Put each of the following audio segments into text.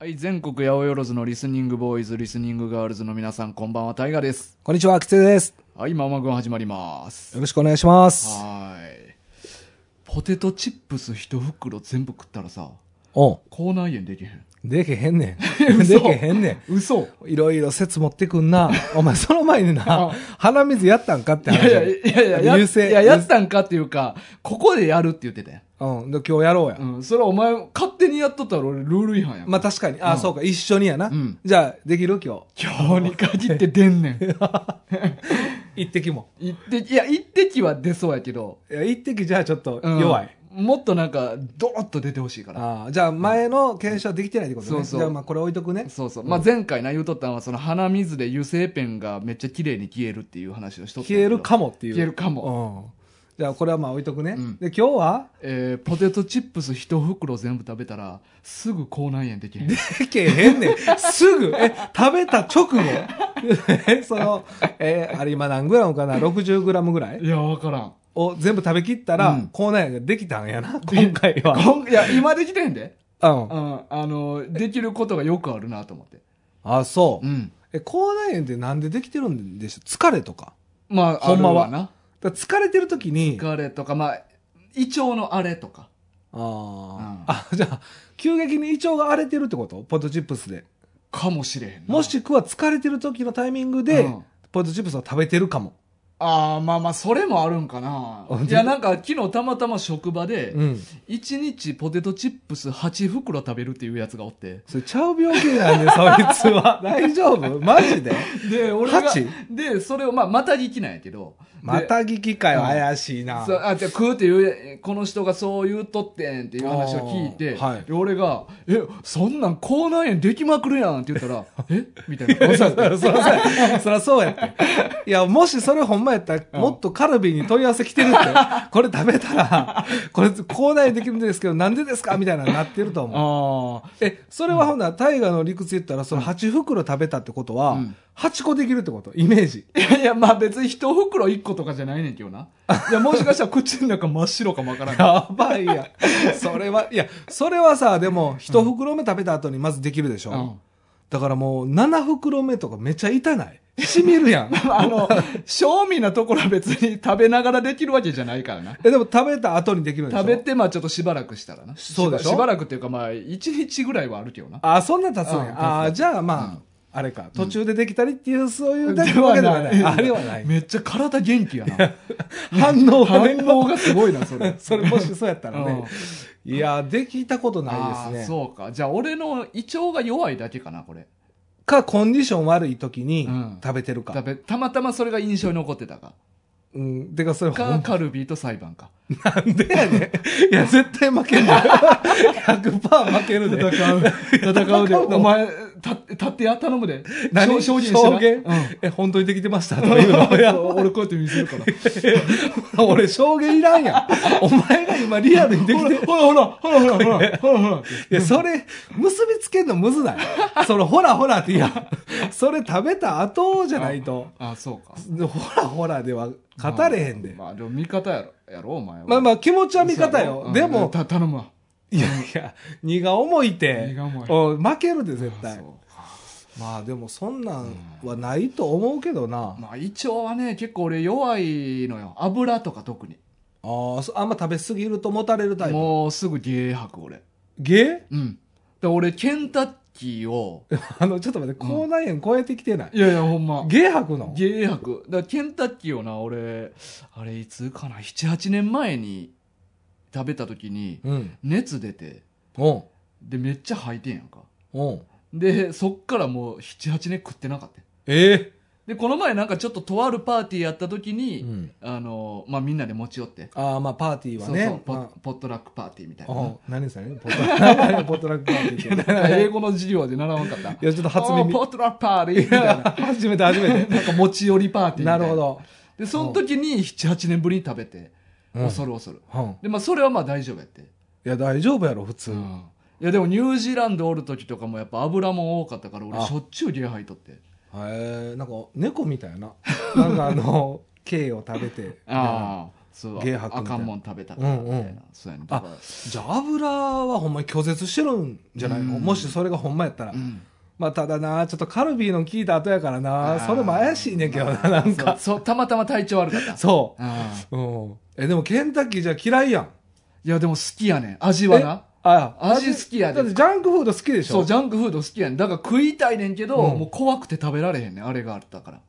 はい、全国八百万のリスニングボーイズ、リスニングガールズの皆さん、こんばんは、タイガです。こんにちは、きつねです。はい、ママ軍始まります。よろしくお願いします。はーい。ポテトチップス一袋全部食ったらさ、おう口内炎できへん。でけへんねん。 嘘でけへんね嘘ん。いろいろ説持ってくん な。お前、その前にな、鼻水やったんかってい話。やいやいやいや、や優勢いや、やったんかっていうか、ここでやるって言ってたやうん。で今日やろうや。ん。うん、それはお前、勝手にやっとったら俺、ルール違反やん。まあ、確かに。あ、うんそうか。一緒にやな。うんじゃあ、できる今今日に限って出んねん。 日。一滴も。一滴、いや、一滴は出そうやけど、いや、一滴じゃあちょっとうん弱い。。もっとなんか、ドーッと出てほしいから。あーじゃあ、前の検証はできてないってことね。そうそうじゃあ、まあ、これ置いとくね。そうそう、まあ、前回な言うとったのはその鼻水で油性ペンがめっちゃ綺麗に消えるっていう話をしとったんや消けえどるかもっていう。消えるかも、も。うん。じゃあ、これはまあ置いとくね。うんで、今日はえーポテトチップス一袋全部食べたらすぐ口内炎できへんでけへんねん。すぐ、え、食べた直後。えその、えーあれ今何グラムかな ?60 グラムぐらいいやわからんを全部食べきったうらん、口内炎ができたんやな、今回は。こんいや今できてへんで、うんう。ん、あのできることがよくあるなと思ってあ、そうう。んえ、口内炎ってなんでできてるんでしょ疲れとか。まあほんまあはるわなだから疲れてる時に、疲れとかまあ胃腸のあれとかあーあ、じゃあ、急激に胃腸が荒れてるってことポテトチップスで。かもしれへんなもしくは疲れてる時のタイミングうでん、ポテトチップスを食べてるかも。ああまあまあそれもあるんかなあいやなんか昨日たまたま職場で、うん。一日ポテトチップス8袋食べるっていうやつがおってそれちゃう病気なんで、そいつは。 大丈夫マジでで俺が八でそれをまあまた聞きなんやけどまた聞き会はうん怪しいな。そうあじゃあ食うっていうこの人がそう言うとってんっていう話を聞いて、あーはいで俺が「えそんなん口内炎できまくるやん」って言った ら「えみたいな顔 されてそらそうや。そらそうやって。いや、もしそれほんまやったら、もっとカルビに問い合わせ来てるって。これ食べたら、これ、口内できるんですけど、なんでですかみたいなのになってると思う。ああえ、それはほんなら、大河の理屈言ったら、その8袋食べたってことはうん、 8個できるってことイメージ。いやいやまあ別に一袋1個とかじゃないねんけどないやもしかしたら口の中真っ白かもわからん けどやばいやん。それは、いや、それはさ、でも、1袋目食べた後にまずできるでしょ。うんだからもう、7袋目とかめっちゃ痛ない。しみるや ん。あの正味なところは別に食べながらできるわけじゃないからなえ、でも食べた後にできるんでしょ食べて、まあちょっとしばらくしたらな。そうでしょばしばらくっていうか、まあ一日ぐらいはあるけどな。あ、そんな経つうんの経やつ。あーじゃあまあ、うんあれか、途中でできたりっていう、そういうだけわけではない。 あれはない。めっちゃ体元気やな。反応が反ね、応がすごいな、それ。 それもしそうやったらね。いや、できたことないあでーすね。そうか。じゃあ俺の胃腸が弱いだけかな、これ。か、コンディション悪い時にうん食べてるかだ。べたまたまそれが印象に残ってたか。うん。てか、それほんか、まカルビーと裁判か。なんでやねん。いや、絶対負けんねん。100%負けるで。戦う。戦うで。戦うのお前、立って立ってや、頼むで。何証証言し言てな。 うんえ、本当にできてましたというのを やそう俺こうやって見せるから。俺、証言いらんやん。お前が今リアルにできてる。ほらほらほらほらほらほらほら。いや、それ、結びつけんのむずない。その、ほらほらって、いや、それ食べた後じゃないと、あ、そうか。ほらほらでは語れへんで。まあ、でも味方やろ、やろ、お前は。まあまあ、気持ちは味方よう。んでも、た頼むわ。いやいや、荷が重いて荷が重い、お負けるで、絶対。そうまあ、でも、そんなんはないと思うけどな。まあ、胃腸はね、結構俺弱いのよ。油とか特に。ああ、そあんま食べ過ぎるともたれるタイプ。もうすぐゲー吐く、俺。ゲ うん。で、俺、ケンタッキーを、ーあの、ちょっと待っうて、ん口内炎超えてきてない。いやいや、ほんま。ゲー吐くのゲー吐く。だからケンタッキーをな、俺、あれ、いつかな、7、8年前に食べた時に、うん。熱出て、おん。で、めっちゃ吐いてんやんか。おん。で、そっからもう、7、8年食ってなかった。ええで、この前なんかちょっととあるパーティーやった時に、うんあの、まあ、みんなで持ち寄って。ああ、まあ、パーティーはそうね。そうポまあッ、ポットラックパーティーみたいおな。う何ですかねポ ットポットラックパーティーって 英語の授業で習わんかった。いや、ちょっと初おー耳。ポットラックパーティーみいたいやな。 初めて、初めなんか持ち寄りパーティーて。みた ないな。るほ。ど。で、その時に7、8年ぶりに食べて、うん恐る恐る。うん。いで、まあ、それはまあ大丈夫やって。や、大丈夫やろ、普通。うんいや、でもニュージーランドおる時とかもやっぱ油も多かったから、俺あしょっちゅうゲー吐いとって。 へえ、なんか、猫みたいな。なんか、あの、K を食べて。ああ、そう芸博あみたいなかんもん食べたからみたいな、うんうんそうやねだあからじゃあ油はほんまに拒絶してるんじゃないの、うんもしそれがほんまやったら、うんまあただなちょっとカルビーの聞いた後やからなそれも怪しいねんけどなあーなんかそうそうたまたま体調悪かった そあーう、うん、えでもケンタッキーじゃ嫌いやんいやでも好きやねん味はなあ味好きやでだってジャンクフード好きでしょそうジャンクフード好きやねんだから食いたいねんけど、うんもう怖くて食べられへんねんあれがあったから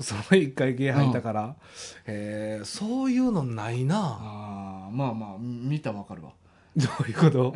その一回芸入ったから、えーそういうのないなあーまあまあ見たらわかるわどういうこと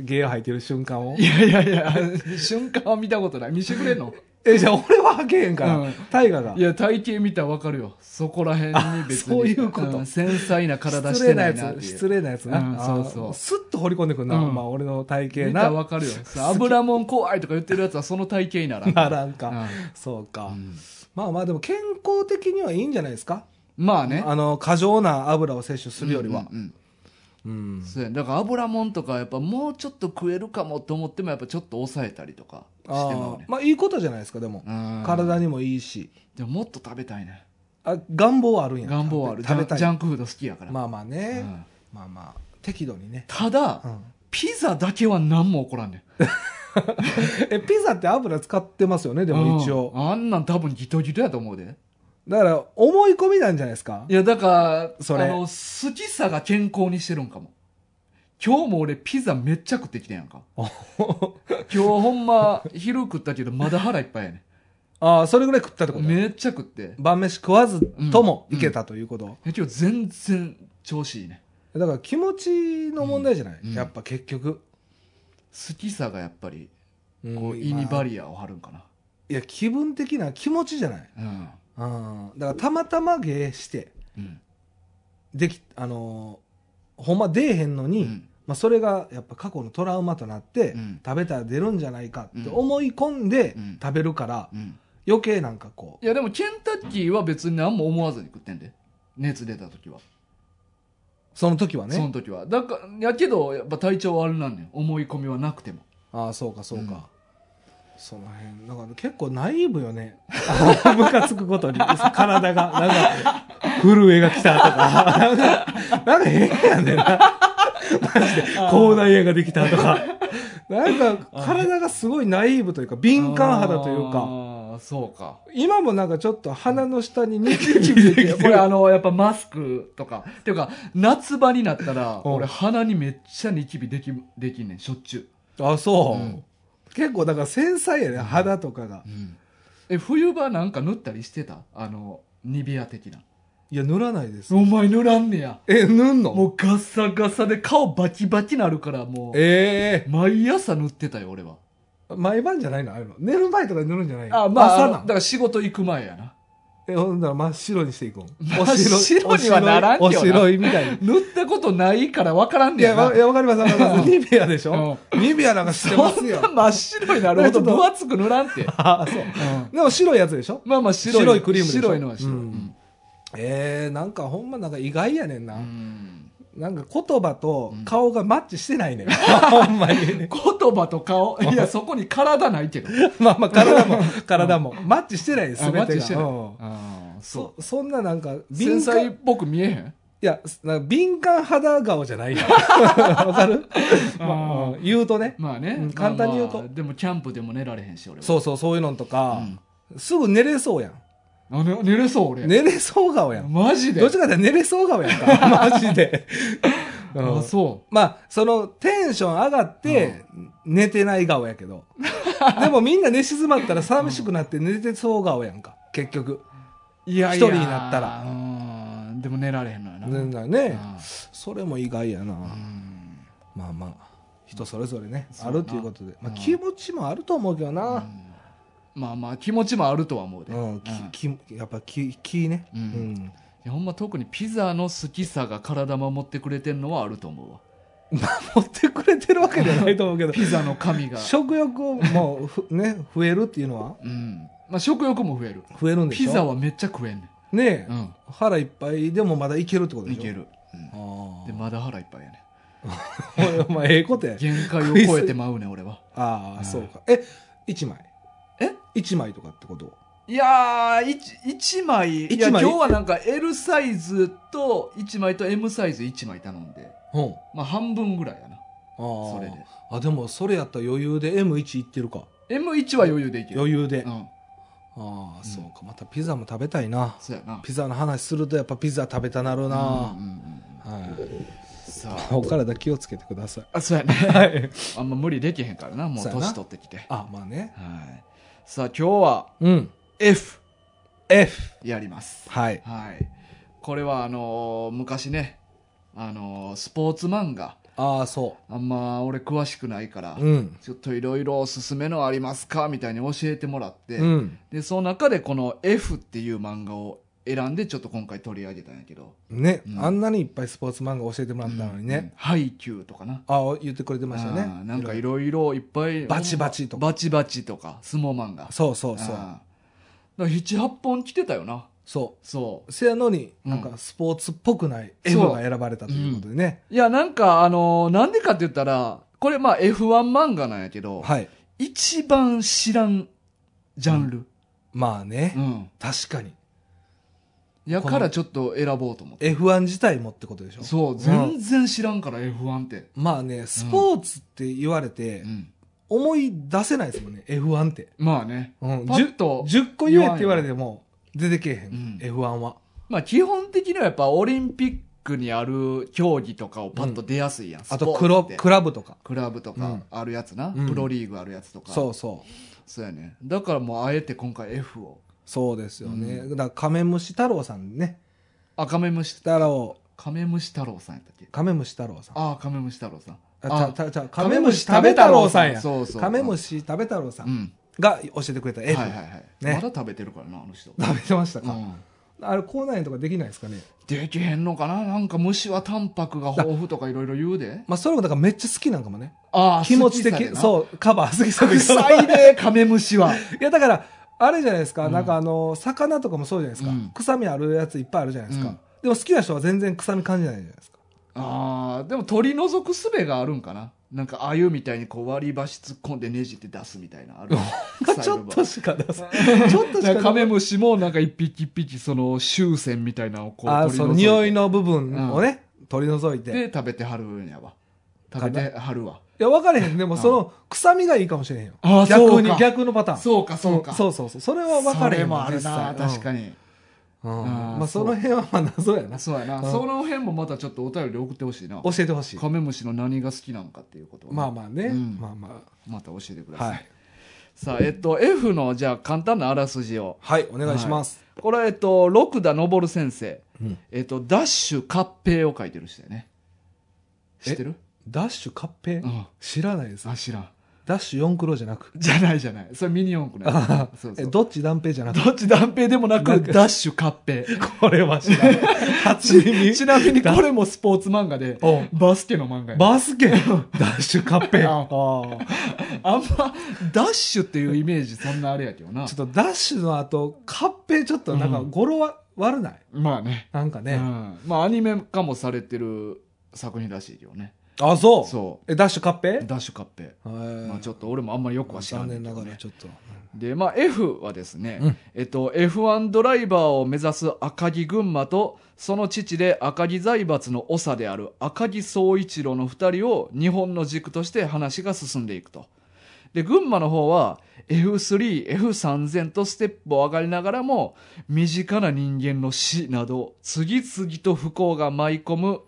芸入ってる瞬間をいやいやいや瞬間は見たことない見してくれんのえじゃあ俺ははけへんから、うん大河 がいや体型見たらわかるよそこら辺に別にあそういうことん繊細な体し失て礼なないやなっていつう失礼なやつな、うんあそうーそうスッと掘り込んでくるな、うんまあ俺の体型見たならわか るよさ油もん怖いとか言ってるやつはその体型にならんならんか、うんそうか、うんまあまあでも健康的にはいいんじゃないですか まあねあの過剰な油を摂取するよりはうんうんうんうんそうやねだから油もんとかやっぱもうちょっと食えるかもと思ってもやっぱちょっと抑えたりとかしてあまーうねまあいいことじゃないですかでも、うん体にもいいしでももっと食べたいねあ願望はあるんや願望はあるジ食べャたンいジャンクフード好きやから、まあまあね、うんまあまあ適度にね、ただ、うん、ピザだけは何も起こらんねんえピザって油使ってますよねでも一応うんあんなん多分ギトギトやと思うでだから思い込みなんじゃないですかいやだからそれあの好きさが健康にしてるんかも今日も俺ピザめっちゃ食ってきたやんか今日ほんま昼食ったけどまだ腹いっぱいやねああそれぐらい食ったってことめっちゃ食って晩飯食わずともいけたということ、え今日全然調子いいねだから気持ちの問題じゃない、うんやっぱ結局、好きさがやっぱりうんこう胃にバリアを張るんかな、いや気分的な気持ちじゃない、うんうん、だからたまたま芸してうんできあのーほんま出えへんのに、うんまあ、それがやっぱ過去のトラウマとなって、うん食べたら出るんじゃないかって思い込んでうん食べるから、うん余計なんかこういやでもケンタッキーは別に何も思わずに食ってんで熱出た時は、その時はねその時はだからやけどやっぱ体調はあれなんねん思い込みはなくてもああそうかそうか、うんその辺だから結構ナイーブよね あのムカつくことに体がなんか震えが来たとかなんか なんか変やねんなマジで口内炎ができたとかなんか体がすごいナイーブというか敏感肌というかああそう か今もなんかちょっと鼻の下にニキビできてこれあるのやっぱマスクとかっていうか夏場になったらうん俺鼻にめっちゃニキビできできんねんしょっちゅあそう、うん結構だから繊細やね肌とかがう、え冬場なんか塗ったりしてたあのニビア的ないや塗らないです、お前塗らんねやえ塗んのもうガサガサで顔バキバキなるからもうええ毎朝塗ってたよ俺は毎晩じゃないのああいうの寝る前とかに塗るんじゃないのあの朝なだんから仕事行く前やなえほんなら真っ白にしていこう真っ白にはならんけどおな白いお白いみたいに塗ったことないから分からんいねややなわいやわかりますわかりますニベアでしょニベアなんかしてまそすんよ な真っ白になるほど分厚く塗らんて、ああそうでも白いやつでしょまあまあ白い白いクリームでしょ白いのは白い、うんえー、なんかほんまなんか意外やねんな、うんなんか言葉と顔がマッチし てないねん、ほんまに言葉と顔いやそこに体ないけど まあまあ体も体も、マッチしてないですあ全てマがッチしてないうんあーそそそんななんかう繊敏細感っぽく見えへんいや、なんか敏感肌顔じゃないよ。 わ かる、まあうん言うとね。まあね、うん簡単に言うとまあまあでもキャンプでも寝られへんし俺はそうそう、そういうのとか、すぐ寝れそうやん。あ寝寝れそう俺、寝れそう顔やん。マジでどっちかって寝れそう顔やんか。 マ ジで。うんあそまあ、その、テンション上がって、寝てない顔やけ ど。でもみんな寝静まったら寂しくなって寝てそう顔やんか。結局。ういや一人になったらうんでも寝られへんのよな、ねねあそれも意外やな。うんまあまあ、人それぞれね、そうあやなるということで。まあ、うん気持ちもあると思うけどな。まあまあ気持ちもあるとは思うで、うん、うんき、き、やっぱき、きね。うんうん。いやほんま特にピザの好きさが体守ってくれてんのはあると思うわ持ってくれてるわけじゃないと思うけど。ピザの神が、食欲をもうふ、ね、増えるっていうのは うんまあ、食欲も増える増えるんでしょピザはめっちゃ食えんねねえ、ん、腹いっぱいでもまだいけるってことうん、でいしょけ。る、あうんあ。でまだ腹いっぱいやね まあ、ええことや。限界を 超えてまうね俺はああ、そうか。え、一枚え一枚とかってこといいやー、1枚。いや、一今枚日はなんか L サイズと1枚と M サイズ1枚頼んで。うん。まあ半分ぐらいやな。あーそれで。あ、でもそれやったら余裕で M1 いってるか。 M1 は余裕でいける。余裕で。うあん。あんー、そうか。またピザも食べたいな。そうやな。ピザの話するとやっぱピザ食べたなるな。うんうんうんはい。さあ。お体気をつけてください。あ、そうやね。はい。あんま無理できへんからな。もうそうやな年取ってきて。 あ、まあね。はい。さあ今日はうん。 F F。やります。はい。はい。これはあのー昔ね、あのースポーツ漫画、ああ、そあんま俺詳しくないから、う。うん。ちょっといろいろおすすめのありますかみたいに教えてもらって、うん。で、その中でこの F っていう漫画を選んでちょっと今回取り上げたんやけど。ね、うんあんなにいっぱいスポーツ漫画教えてもらったのにうんね、。ハイキューとかな。ああ、言ってくれてましたあねー。なんかいろいろいっぱい。バチバチとかバチバチとか、相撲漫画。そうそうそう。あーだから7、8本来てたよな。そ。そうせやのに、うんなんかスポーツっぽくないそう M が選ばれたということでね。う。いや、なんかあのーなんでかって言ったら、これまあ F1 漫画なんやけど、はい。一番知らんジャンル。まあね、うん確かに。やからちょっと選ぼうと思って。 F1 自体もってことでしょ。そう、ん全然知らんから F1 って。まあね、スポーツって言われて、思い出せないですもんね、F1 って。まあね。うん、パッと 10, 10個言えって言われても、出てけえへうんん、F1 は。まあ基本的にはやっぱオリンピックにある競技とかをパッと出やすいやん。あスポとーツクロ、ってクラブとか。クラブとうかんあるやつな。うんプロリーグあるやつとか。そうそう。そうやね。だからもうあえて今回 F を。そうですよね。うだから、カメムシ太郎さんね。あ、カメムシ、太郎、カメムシ太郎さんやったっけカメムシ太郎さん。ああ、カメムシ太郎さん。あ、あた、た、た、カメムシ食べ太郎さんや。そうそう。カメムシ。シ食べ太郎さうんん。が教えてくれたはい F。はいはい。まねだ食べてるからな、あの 人。食べてましたうか。んあれ、口内炎とかできないですかね。できへんのかななんか虫はタンパクが豊富とかいろいろ言うで。まあ、それもだからめっちゃ好きなんかもね。ああ、気持ち的、う。そう、カバー、好 きそう臭い で、カメムシは。いや、だから、あれじゃないですか。うんなんかあの、魚とかもそうじゃないですかうん。臭みあるやついっぱいあるじゃないですうんか。でも好きな人は全然臭み感じないじゃないですか。ああ、でも取り除く術があるんかななんか、鮎みたいにこう割り箸突っ込んでねじって出すみたいな。ある ちょっとしか出す。 ちょっとしだかか出らすカメムシもなんか一匹一匹その臭腺みたいなのをこうあー、取りそ除のいて匂いの部分をね、取り除いて。で食べてはるんやわ食べてはるわいや、分かれへん。でも、うんその、臭みがいいかもしれへんよ。あーそ逆うかに、逆のパターン。そうかそうかんそうそうそう。それは分かれそへん。れもあるな確かに。に、うん。あーまあ、その辺は、まあ、謎 やな。教そうやな、うんその辺もまたちょっとお便りで送ってほしいなえてほしい。カメムシの何が好きなのかっていうことをまあまあね。うんまあままた教えてくだあ。さい、はい。さあえっと F のじゃあ簡単なあらすじをはい、お願いします。これはえっと六田昇先生うんえっとダッシュ合併を書いてる人やね知ってるダッシュ合併うん知らないです。あ知らんダッシュ4クロじゃなく。 じゃないじゃないそれミニ四駆のやつ あそうそえうどっち断平じゃなく。どっち断平でもなく、なんかダッシュ合 併。これは知らない。初耳ちなみにこれもスポーツ漫画でおう、バスケの漫画や。バスケ、ダッシュ合併。あああ。あんま、ダッシュっていうイメージそんなあれやけどなちょ。っとダッシュの後、合併ちょっとなんか語呂は悪ない。まあね。なんかうね。んまあアニメ化もされてる作品らしいけどね。あ、そう。そえ、ダッシュ合う。併ダッシュ合併。ままあちょっと俺もあんまりよくは知ら残ない念けなどがらね。ちょっと。で、まあ F はですね、うんえっと、F1 ドライバーを目指す赤木群馬と、その父で赤木財閥の長である赤木総一郎の二人を日本の軸として話が進んでいくと。で、群馬の方は F3、F3000 とステップを上がりながらも、身近な人間の死など、次々と不幸が舞い込む、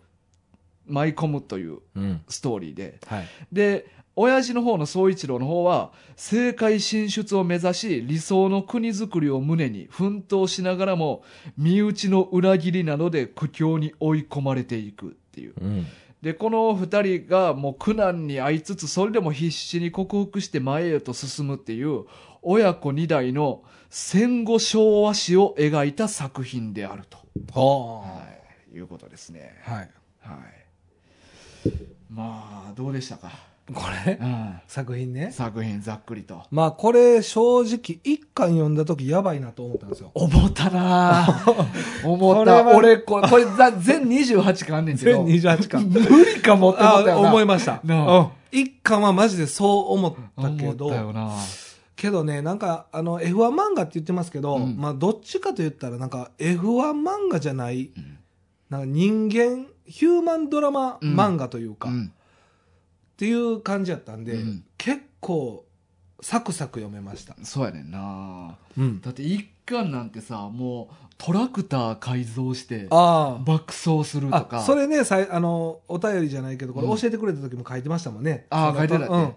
舞い込むといううん。ストーリーで、はい。で親父の方の総一郎の方は政界進出を目指し理想の国づくりを胸に奮闘しながらも身内の裏切りなどで苦境に追い込まれていくっていううん。でこの2人がもう苦難に遭いつつそれでも必死に克服して前へと進むっていう親子2代の戦後昭和史を描いた作品であると、ははい、いうことですね、あ。はい。はい、まあどうでしたか、これうん作品ね。作品ざっくりとまあこれ正直一巻読んだ時やばいなと思ったんですよ。思ったな ぁ思ったこれは俺これこれざ全28巻あんねんけど全28巻。 無理かもって思ったよなあ思いました。なあうん一巻はマジでそう思ったけ思ったど、よなけどね、なんか、あの、F1 漫画って言ってますけど、うんまあ、どっちかと言ったら、なんか、F1 漫画じゃない、なんか人間、ヒューマンドラマ漫画というか、うっんていう感じやったんで、うん結構、サクサク読めました。そうやねんなうん。だって一巻なんてさもうトラクター改造してああ。爆走するとかあそれねさいあのお便りじゃないけどこれうん教えてくれた時も書いてましたもんね、ああその書いてたっけうん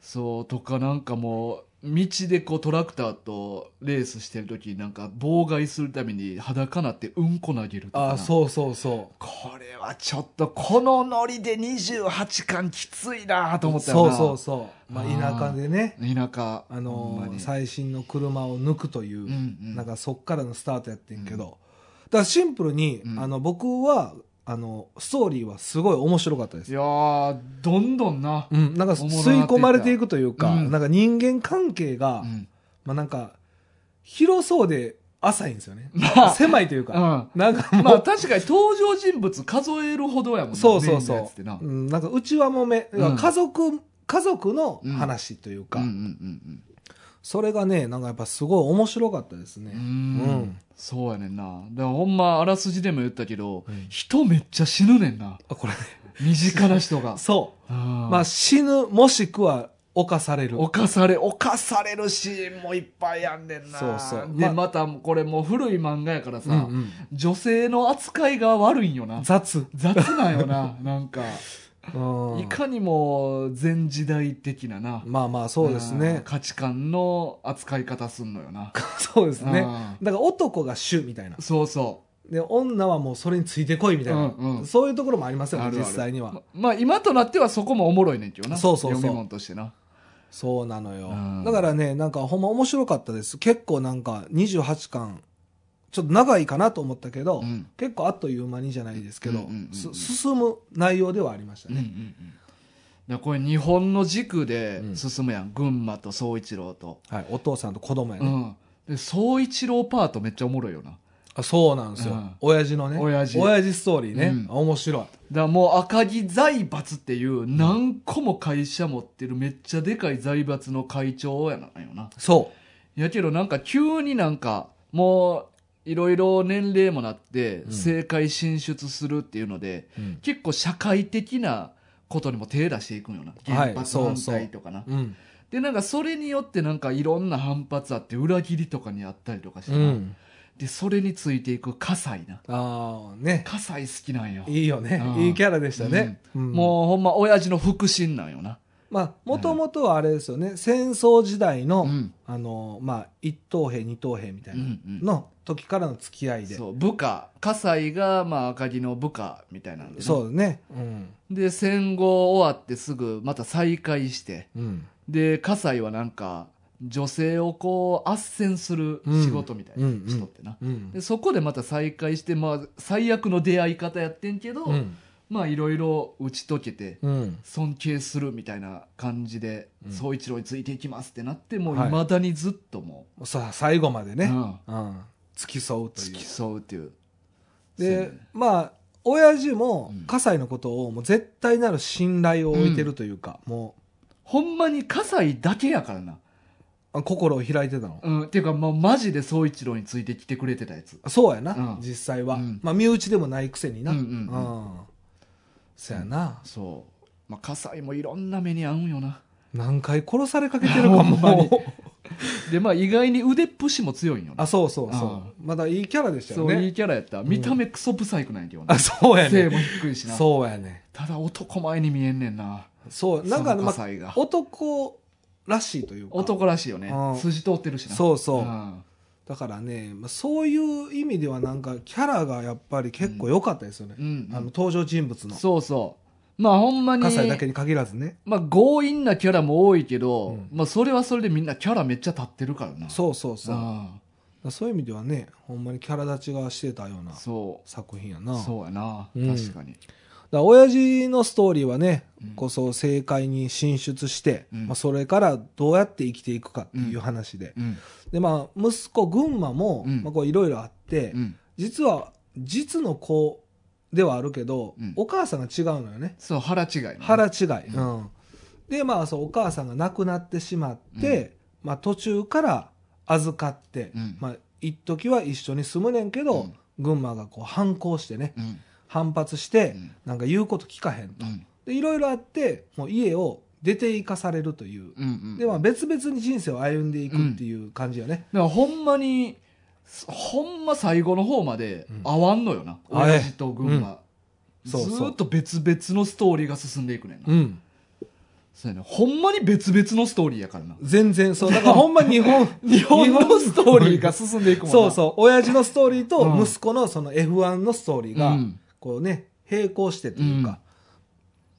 そうとかなんかもう道でこうトラクターとレースしてる時なんか妨害するために裸なってうんこ投げるとかなああそうそうそこれはちょっとこのノリで28巻きついなと思うったよそうなそうそう、まあ、田舎でね田舎あのほんまーに最新の車を抜くという、うんうんなんかそっからのスタートやってんけど、だからシンプルに、うんあの僕はあのストーリーはすごい面白かったでいす、やーどんどんな、うん、なんかおもろなって吸い込まれていくというか、うんなんか人間関係が、うんまあなんか広そうで浅いんですよね、 まあ狭いといううんか、なんかもう、まあ確かに登場人物数えるほどやもんなそうそうメインのやそつってうなう、ん、なんかうちはもめ、うん家族家族の話というか、うんうんそれがねなんかやっぱすごい面白かったですね、うんうんううんんそうやねんなだからほんまあらすじでも言ったけど、うん人めっちゃ死ぬねんなあこれね身近な人がそう ままあ死ぬ、もしくは犯される。犯され犯されるシーンもいっぱいあんねんなそうそうでまあまたこれもう古い漫画やからさ、うん女性の扱いが悪いんようなん雑。雑なんよ ななんかうんいかにも前時代的ななまあまあそうですんね。価値観の扱い方すんのよな そうですね。ねだから男が主みたいな。そうそで、女はもうそれについてこいみうたいな。うんうんそういうところもありますよあるね、あ実る際にはま。まあ今となってはそこもおもろいねんけどなそうそうそう読み物としてなそうなのようん。だからね、なんかほんま面白かったです。結構なんか28巻、ちょっと長いかなと思ったけど、うん結構あっという間にじゃないですけど、うんうんうんうんす進む内容ではありましたうんうんうね。んだからこれ日本の軸でうん進むやん、群馬と総一郎と、はい、お父さんと子供やうね。ん、で総一郎パートめっちゃおもろいよなだかあそうなんですよ、うん親父のね親父ストーリーね、うん面白いらもう赤木財閥っていう何個も会社持ってるめっちゃでかい財閥の会長やなんよなそやけどなんか急になんかもういろいろ年齢もなってうん政界進出するっていうので、う、うん結構社会的なことにも手出していくんよなは原い発そう反そう対とかな、でなんかそれによってなんかいろんな反発あって裏切りとかにあったりとかしてうな、んでそれについていく葛西なああね葛西好きなんよ、いいよねうんいいキャラでしたね、うんもうほんま親父の腹心なんよな、まあもともとはあれですよね戦争時代の、うんあのまあ一等兵二等兵みたいなうんうんの時からの付き合いで、そう部下葛西がまあ赤木の部下みたいなんでなそうねうん、で戦後終わってすぐまた再会してうんで葛西はなんか女性をこう斡旋する仕事みたいなうんうん人ってな、うんでそこでまた再会して、まあ、最悪の出会い方やってんけど、うんまあいろいろ打ち解けてうん尊敬するみたいな感じでうん総、一郎についていきますってなってもうはいいまだにずっともさ最後までう、ね、うんうん、付き添うという付き添うっていうそうやでね、まあ、親父もうん、葛西のことを、もう絶対なる信頼を置いてるというか、もほんまに葛西だけやからな、う、あ心を開いてたの。うん、っていうかもうマジで総一郎についてきてくれてたやつそうやな、うん実際は、うんまあ、身内でもないくせにな。うんうんそやな、そう、まあ、葛西もいろんな目に遭うんよな何回殺されかけてるかほんまにも。でまあ意外に腕っぷしも強いんよなあ、そうそうそうああ。まだいいキャラでしたよそういね。いキャラやった見た目クソブサイクなんやけどなあ、そうや背ね。も低いしなそうやね。ただ男前に見えんねんなそう、なんか、そのま葛あ、西が、男らしいというか。男らしいよねうん筋通ってるしなそうそう。んだからね、まあ、そういう意味ではなんかキャラがやっぱり結構良かったですよね、うんあの登場人物のそうそうまあほんまに葛西だけに限らずねまあ、強引なキャラも多いけど、うんまあ、それはそれでみんなキャラめっちゃ立ってるからなうそうそうそうだかんらそういう意味ではねほんまにキャラ立ちがしてたようなそう作品やなだかそうやな、うん確かにら親父のストーリーはね、うんこそ政界に進出して、うんまあ、それからどうやって生きていくかっていう話で、うんでまあ息子群馬もうんまあこういろいろあって、うん実は実の子ではあるけど、うんお母さんが違うのよねそう腹違いな腹違い、ううんでまあそうお母さんが亡くなってしまって、まあ、途中から預かって、うんまあ一時は一緒に住むねんけど、うん群馬がこう反抗してねうん反発して、うんなんか言うこと聞かへんとうんでいろいろあってもう家を出て行かされるという、うんうんでまあ別々に人生を歩んでいくっていう感じよね、だからほんまにほんま最後の方までうん合わんのよな、あ親父と群馬、うんずそうそうーっと別々のストーリーが進んでいくねんな、うんそうやねほんまに別々のストーリーやからな全然そうだからほんま日本 日本のストーリーが進んでいくもんなそうそう親父のストーリーとうん息子のその F1 のストーリーうがんこうね並行してというか、うんま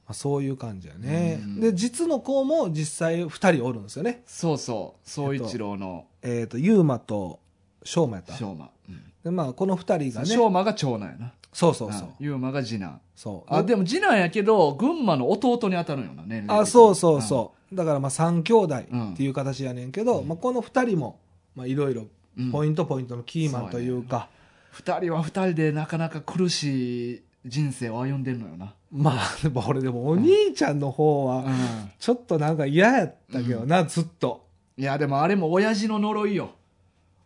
あ、そういう感じやね、うんで実の子も実際2人おるんですよねそうそう総一郎のえっ、とユーマと翔馬やった昌磨、うんでまあこの2人がね昌磨が長男やなそうそうそう優馬が次男そうあでも次男やけど群馬の弟に当たるんよな年齢的にあそうそうそう、だからまあ3兄弟っていう形やねんけど、うんまあ、この2人もまあいろいろうん、ポイントポイントのキーマンというか、 2人は2人でなかなか苦しい人生を歩んでるのよな、まあでも俺でもお兄ちゃんの方はうんちょっとなんか嫌やったけどな、ずっといやでもあれも親父の呪いよ、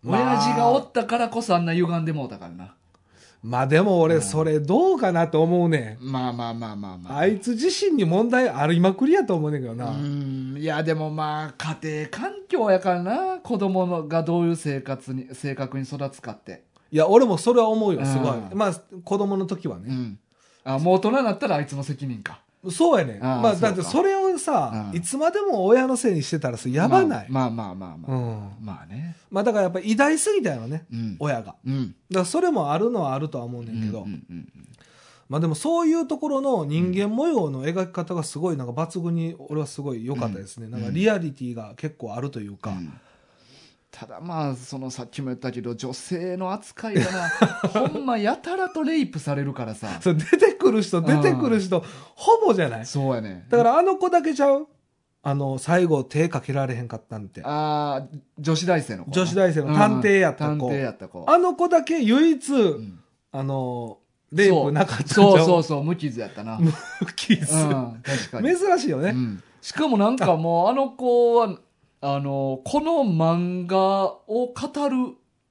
まあ親父がおったからこそあんな歪んでもうたからなまあでもう俺んそれどうかなと思うねん、まあまあまあまあまああいつ自身に問題ありまくりやと思うねんけどうな、んいやでもまあ家庭環境やからな子供のがどういう生活に性格に育つかって、いや俺もそれは思うよすごい、うんまあ子供の時はうね、ん、あもう大人になったらあいつの責任かそうやねんああまあそうかだってそれをさ、うんいつまでも親のせいにしてたらさやばない、まあ、まあまあまあまあ、うんまあねまあだからやっぱり偉大すぎたよね、うん親がだかうんらそれもあるのはあるとは思うねんけうど、んうんうんまあでもそういうところの人間模様の描き方がすごいなんか抜群に俺はすごい良かったですね、なんかリアリティが結構あるというか、うんただまあそのさっきも言ったけど女性の扱いが なほんまやたらとレイプされるからさそう出てくる人出てくる人ほぼじゃないそうやねだからあの子だけちゃうあの最後手かけられへんかったんてあー女子大生の子女子大生の探偵やった子うん探偵やった子あの子だけ唯一、うんあのレイプなかったんちゃそうそううそう無傷やったな、う無 キス、ん、確かに、珍しいよね、うんしかもなんかもうあの子はあのこの漫画を語る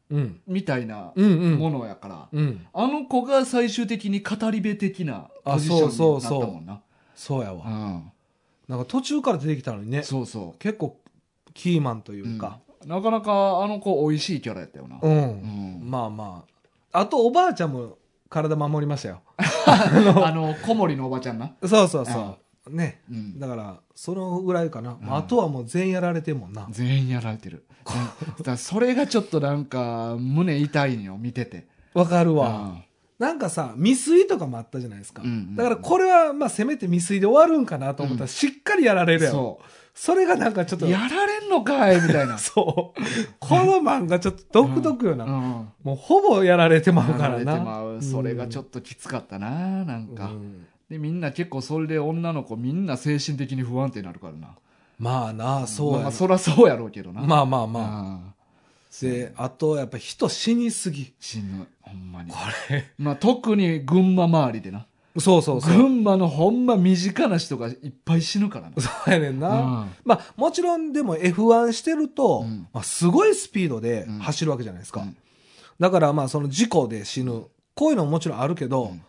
うん、みたいなうんうんものやから、うんあの子が最終的に語り部的なポジションになったもんなそうやうわんなんか途中から出てきたのにねそうそう結構キーマンというか、なかなかあの子美味しいキャラやったよなうんうんまあまああとおばあちゃんも体守りましたよあの小森のおばちゃんなそうそうそうねうんだからそのぐらいかな、まあ、うあんとはもう全員やられてんもんな、全員やられてるうんだからそれがちょっとなんか胸痛いんよ見ててわかるわ、あなんかさ未遂とかもあったじゃないですか、うんうんだからこれはまあせめて未遂で終わるんかなと思ったら、うんしっかりやられるやんそそれがなんかちょっとうやられんのかいみたいな そうこの漫画ちょっと独特よな、うんもうほぼやられてまうやからられてなまうそれがちょっとときつかったななんかん、でみんな結構それで女の子みんな精神的に不安定になるからなまあなそうやまあなまあそらそうやろうけどなまあまああまあ、でであとやっぱ人死にすぎ死ぬほんまにこれまあ特に群馬周りでなそうそうそう群馬のほんま身近な人がいっぱい死ぬからなそうやねんな、うんまあもちろんでも F1 してると、うんまあ、すごいスピードでうん走るわけじゃないですか、うんだからまあその事故で死ぬこういうのももちろんあるけど、うん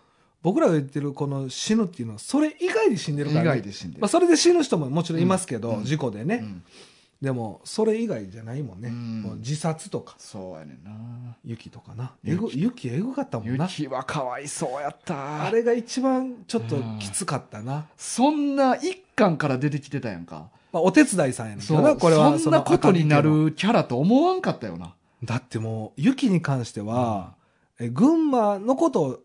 僕らが言ってるこの死ぬっていうのはそれ以外で死んでる以から、外ねで死んでまあ、それで死ぬ人ももちろんいますけど、うん事故でうね、んでもそれ以外じゃないもんね、うんもう自殺とかそうやねんな雪とかなえ雪ぐ雪えぐかったもんな雪はかわいそうやったあれが一番ちょっときつかったな、そんな一巻から出てきてたやんかまあ、お手伝いさんやねんけそどなうこれはそんなことになその赤城家のるキャラと思わんかったよなだってもう雪に関しては、え群馬のことを好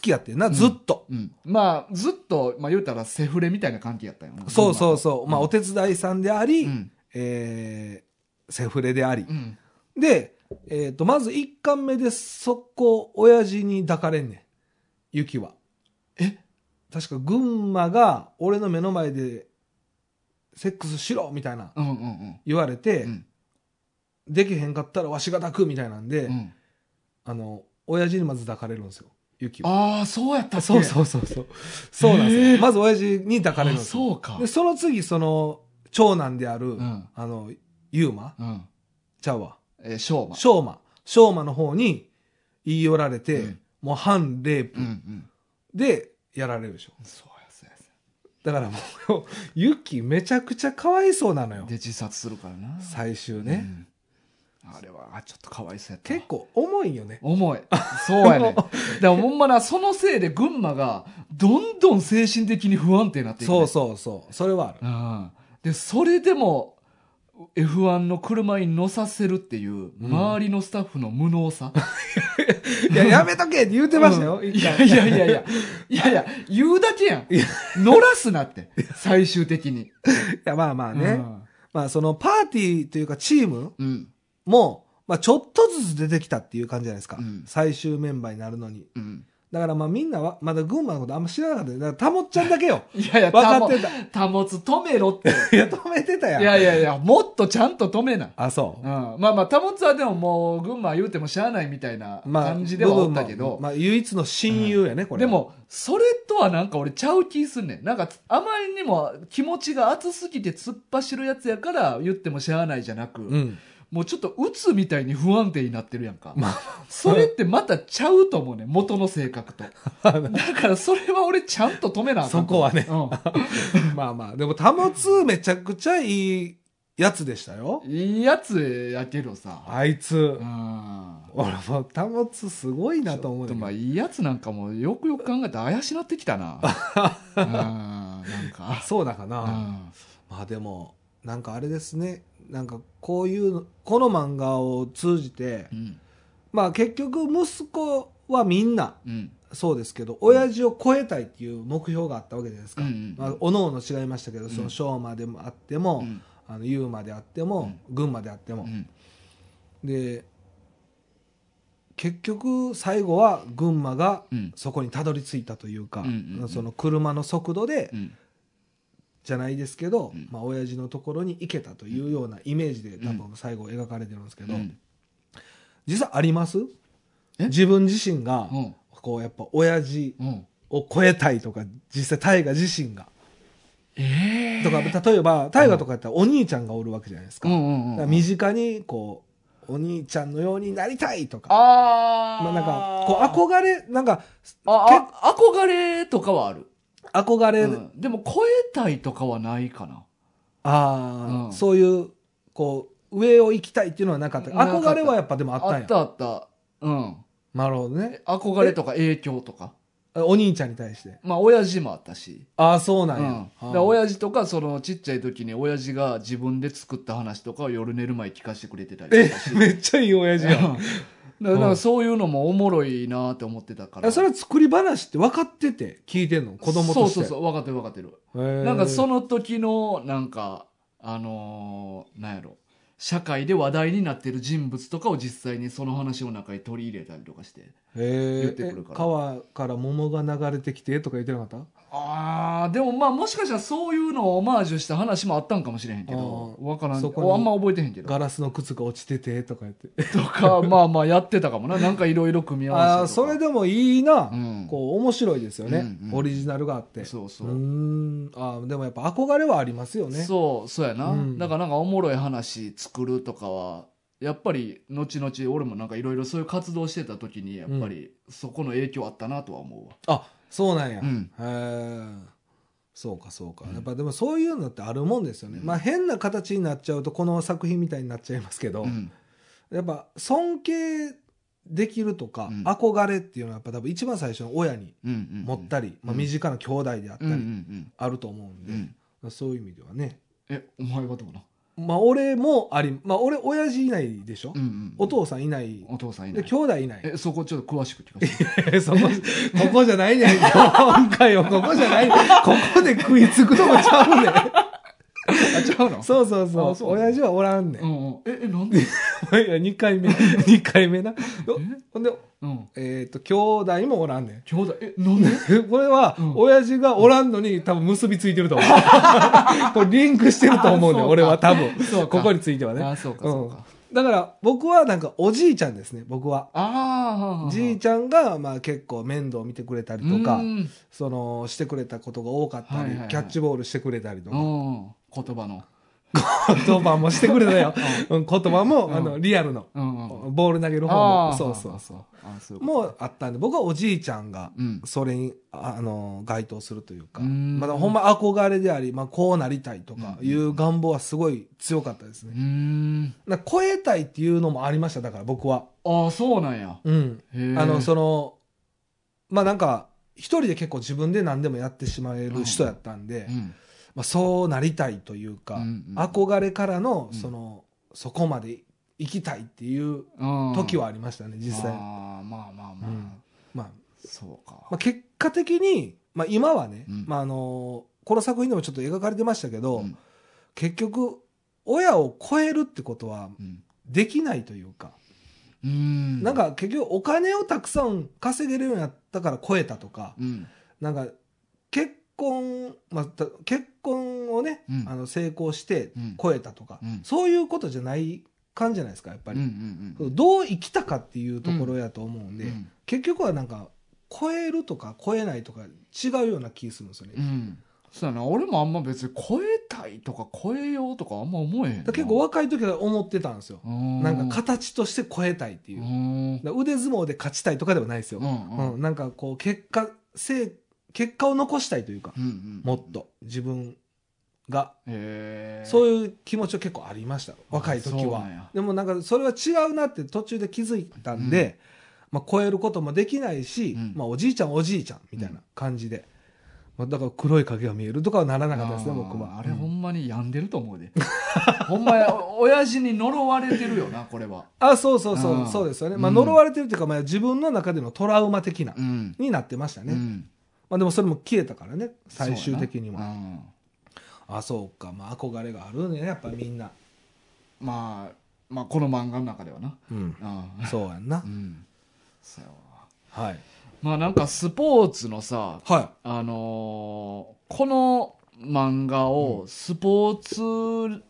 きやってんなずっと、うんまあずっとまあ言うたらセフレみたいな関係やったよなそうそううそう、んまあ、お手伝いさんであり、うんえーセフレでありう、んで、えー、とまず1巻目で速攻親父に抱かれんねん雪はえ確か群馬が俺の目の前でセックスしろみたいなうんうん言われて、うんできへんかったらわしが抱くみたいなんで、うんうんあの親父にまず抱かれるんですよ雪はああそうやったっけそうそうそうそう。 そうなんですよ。えーまず親父に抱かれるんあですよそうかで、その次、その、長男である、うんあの、ユーマうん。ちゃうわ。えー、昭和。ショーマ。ショーマの方に言い寄られて、うんもう反レイプうんうん。でやられるでしょ。そうや、そうや。そうだからもう、 ユキめちゃくちゃかわいそうなのやよで、。自殺するからな。最終ね。うん。あれは、あちょっとかわいそうやったわ。結構重いよね。重い。そうやね。でもほんまな、そのせいで群馬が、どんどん精神的に不安定になっていく、ね。そうそうそう。それはある。うん。で、それでも、F1 の車に乗させるっていう、ん周りのスタッフの無能さ。いや、やめとけって言ってましたよ。うんい一や回いやいやいや。いやいや、言うだけやんいや。乗らすなって、最終的に。いや、まあまあね。まあ、そのパーティーというかチームうん。も、まあ、ちょっとずつ出てきたっていう感じじゃないですか。うん最終メンバーになるのに。うん。うん。だからまあみんなは、まだ群馬のことあんま知らなかったよだから、たもっちゃんだけよ。いやいや、分かってた。たもつ止めろって。いや、止めてたやん。いやいやいや、もっとちゃんと止めな。。。あ、そううんまあまあ、たもつはでももう、群馬言うてもしゃあないみたいな感じではあったけ部分ども。まあ、唯一の親友やね、これでは。も、それとはなんか俺ちゃう気すんねん。なんか、あまりにも気持ちが熱すぎて突っ走るやつやから言ってもしゃあないじゃなく、うん。もうちょっと鬱みたいに不安定になってるやんか。まそれってまたちゃうと思うねん元の性格と。 あ、だからそれは俺ちゃんと止めなあかんそこはね。う まあまあ、でも、たもつめちゃくちゃいいやつでしたよ。ん。いいやつやけどさ。あいつう。ん。俺もう、たもつすごいなと思うちょっとまあよ。いいやつなんかもよくよく考えたら怪しなってきたな。うん。なんか。そうだかな。うんまあでも、なんかあれですね。なんかこういうの、この漫画を通じてう、ん。まあ結局息子はみんな、うん。そうですけど、親父を超えたいっていう目標があったわけじゃないですか。うんうんまあ、おのおの違いましたけど、うそんの昭和でもあってうも、んあの優馬であっても、群馬であっても、うんで結局最後は群馬がうんそこにたどり着いたというか、うんうんうんその車の速度で、うんじゃないですけど、うんまあ親父のところに行けたというようなイメージで多分最後描かれてるんですけど、うん実際ありますえ自分自身がうんこうやっぱ親父うんを超えたいとか実際大河自身がええとか例えば大河とかやったらお兄ちゃんがおるわけじゃないですか,、うんうんうだからん身近にこうお兄ちゃんのようになりたいとかあーまあ、なんかこう憧れなんかああ憧れとかはある、憧れ、うんでも超えたいとかはないかなああ、うんそういうこう上を行きたいっていうのはなかったなかった憧れはやっぱでもあったんやあったあったうんなるほどね憧れとか影響とかお兄ちゃんに対してまあ親父もあったし、ああそうなうんや、ん、だあかーら親父とかそのちっちゃい時に親父が自分で作った話とかを夜寝る前に聞かせてくれてたりえとかしめっちゃいい親父やうんんだからなんかそういうのもおもろいなって思ってたからえそれは作り話って分かってて聞いてんの子供としてそうそうそう分かってる分かってるへーなんかその時のなんかあのーなんやろ社会で話題になってる人物とかを実際にその話の中に取り入れたりとかしてへー言ってくるからえ川から桃が流れてきてとか言ってなかったあーでもまあもしかしたらそういうのをオマージュした話もあったんかもしれへんけどあー分からんそこにあんま覚えてへんけどガラスの靴が落ちててとか言ってとかまあまあやってたかもななんかいろいろ組み合わせあとあかーそれでもいいな、うんこう面白いですよね、うんうんオリジナルがあってそうそううーんあーでもやっぱ憧れはありますよねそうそうやな、うんだからなんかおもろい話作るとかはやっぱり後々俺もなんかいろいろそういう活動してた時にやっぱりそこの影響あったなとは思うわ、あそうなんや、うんへーそうかそうか、やっぱでもそういうのってあるもんですよね、まあ変な形になっちゃうとこの作品みたいになっちゃいますけど、うんやっぱ尊敬できるとか、うん憧れっていうのはやっぱ多分一番最初の親にうんうんうん、持ったり、まあ、うん身近な兄弟であったうんうんうりんあると思うんで、うんまあそういう意味ではねえお前はどうなまあ俺もありまあ俺親父いないでしょ、うんうんお父さんいないお父さんいなでい兄弟いないえそこちょっと詳しく聞か せてそこ、ここじゃな いねん。今回はここじゃない。ここで食いつくとこちゃうねん。あちゃうのう、そうそうそあ う。そう親父はおらんねん。 んうん、ええなんで、いや、2回目。2回目な。おほんで、うん、えっ、と、兄弟もおらんねん。兄弟えなんで これはうん、親父がおらんのに多分結びついてると思う。 これリンクしてると思うね、あそうんか俺は多分そうか。ここについてはね。あそうかそうかうんだから、僕はなんかおじいちゃんですね、僕は。ああじいちゃんが、まあ結構面倒見てくれたりとかう、んそのしてくれたことが多かったり、はいはいはいキャッチボールしてくれたりとうか、ん言葉の言葉もしてくれた よ。うん言葉も、うんあの、リアルの。うんうんボール投げる方あも。ーそうそうそう。あそういうこともうあったんで、僕はおじいちゃんが、うんそれに、ああの、該当するというか、うんまだほんま憧れであり、まあ、こうなりたいとかいう願望はすごい強かったですうね。ーんな超えたいっていうのもありました、だから僕は。ああそうなんやうん。ああの、その、まあなんか、一人で結構自分で何でもやってしまえる人やったんで、うんまあ、そうなりたいというか、うんうん憧れからの、うんその、そこまで行きたいっていううん時はありましたね、実際。ああまあまあまあ、うんまあ、そうか、まあ、結果的に、まあ、今はね、うんまあ、あのこの作品でもちょっと描かれてましたけど、うん結局親を超えるってことはうんできないというか、うんなん、か結局お金をたくさん稼げるようになったから超えたとか、うんなんか結婚、まあ、た結婚をね、うんあの成功してうん超えたとか、うんそういうことじゃない感じじゃないですかやっぱうんり、うんうんどう生きたかっていうところやと思うんで、うん結局はなんか超えるとか超えないとか違うような気するんですよね、うんそうやな俺もあんま別に超えたいとか超えようとかあんま思えへんだから結構若い時から思ってたんですよ、ななんか形として超えたいっていうう、ーだかんら腕相撲で勝ちたいとかではないですよ、うんうんうんなんかこう結果成結果を残したいというか、うんもっと自分が、へえそういういう気持ちは結構ありました若い時そうなんはやでもなんかそれは違うなって途中で気づいたんで、まあ、超えることもできないし、うんまあ、おじいちゃんおじいちゃんみたいな感じで、まあ、だから黒い影が見えるとかはならなかったですね僕はあれほんまに病んでると思うで ほんまやお親父に呪われてるよなこれはあ、そうそうそうう、んそうですよね。まあ、うん呪われてるというか、まあ、自分の中でのトラウマ的な、んになってましたね。うんまあ、でもそれも消えたからね、最終的にそうは。やなうんあ、そうか。まあ、憧れがあるね、やっぱみんな。まあまあこの漫画の中ではなうん。うんそうやんなう。んそうやわはい。まあなんかスポーツのさはあのーこの漫画をスポーツ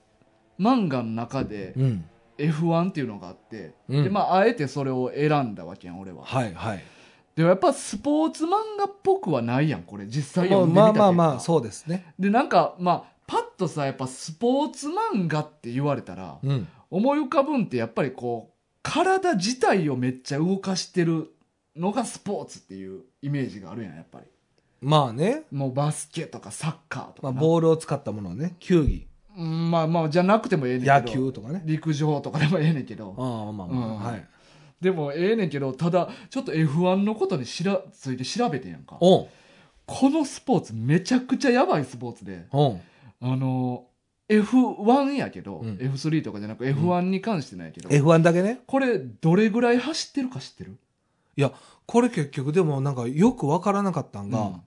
漫画の中でい。うん。 F1 っていうのがあって、うんでまああえてそれを選んだわけやん俺は、はい、はい。でもやっぱスポーツ漫画っぽくはないやんこれ実際も読うでんみまたあけどまあまあ、そうですね。でなんかまあパッとさやっぱスポーツ漫画って言われたら、うん。思い浮かぶんってやっぱりこう体自体をめっちゃ動かしてるのがスポーツっていうイメージがあるやんやっぱりまあね。もうバスケとかサッカーとかまあ、なボールを使ったものをね、球技、うんまあまあじゃなくてもええねんけど野球とかね。陸上とかでもええねんけどああ、まあまあ、うんはい。でもええねんけどただちょっと F1 のことにしらついて調べてんやんかおん、このスポーツめちゃくちゃやばいスポーツでおん。あの F1 やけど、うん F3 とかじゃなく F1 に関してないけど、 F1 だけね。これどれぐらい走ってるか知ってるこれ結局でもなんかよくわからなかったんが、うん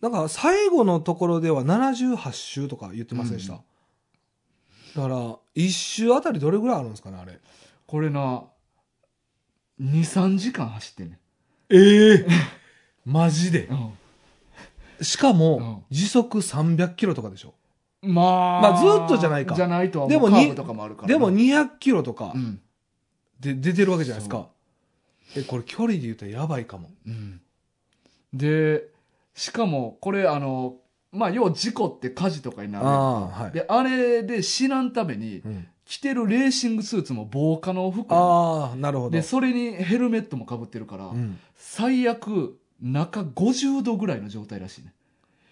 なんか最後のところでは78周とか言ってませんでした、うんだから1周あたりどれぐらいあるんですかねあれこれな23時間走ってんねええ マジでん、しかも、うん時速300キロとかでしょまあまあずっとじゃないかじゃないとはでもカにーブとかもあるからなでも200キロとかうん、で出てるわけじゃないですか、えこれ距離で言うとやばいかもうん、でしかもこれあのまあ要は事故って火事とかになるやんあはい、であれで知らんためにうん着てるレーシングスーツも防火の服やああなるほんどでそれにヘルメットもかぶってるから、うん最悪中50度ぐらいの状態らしいね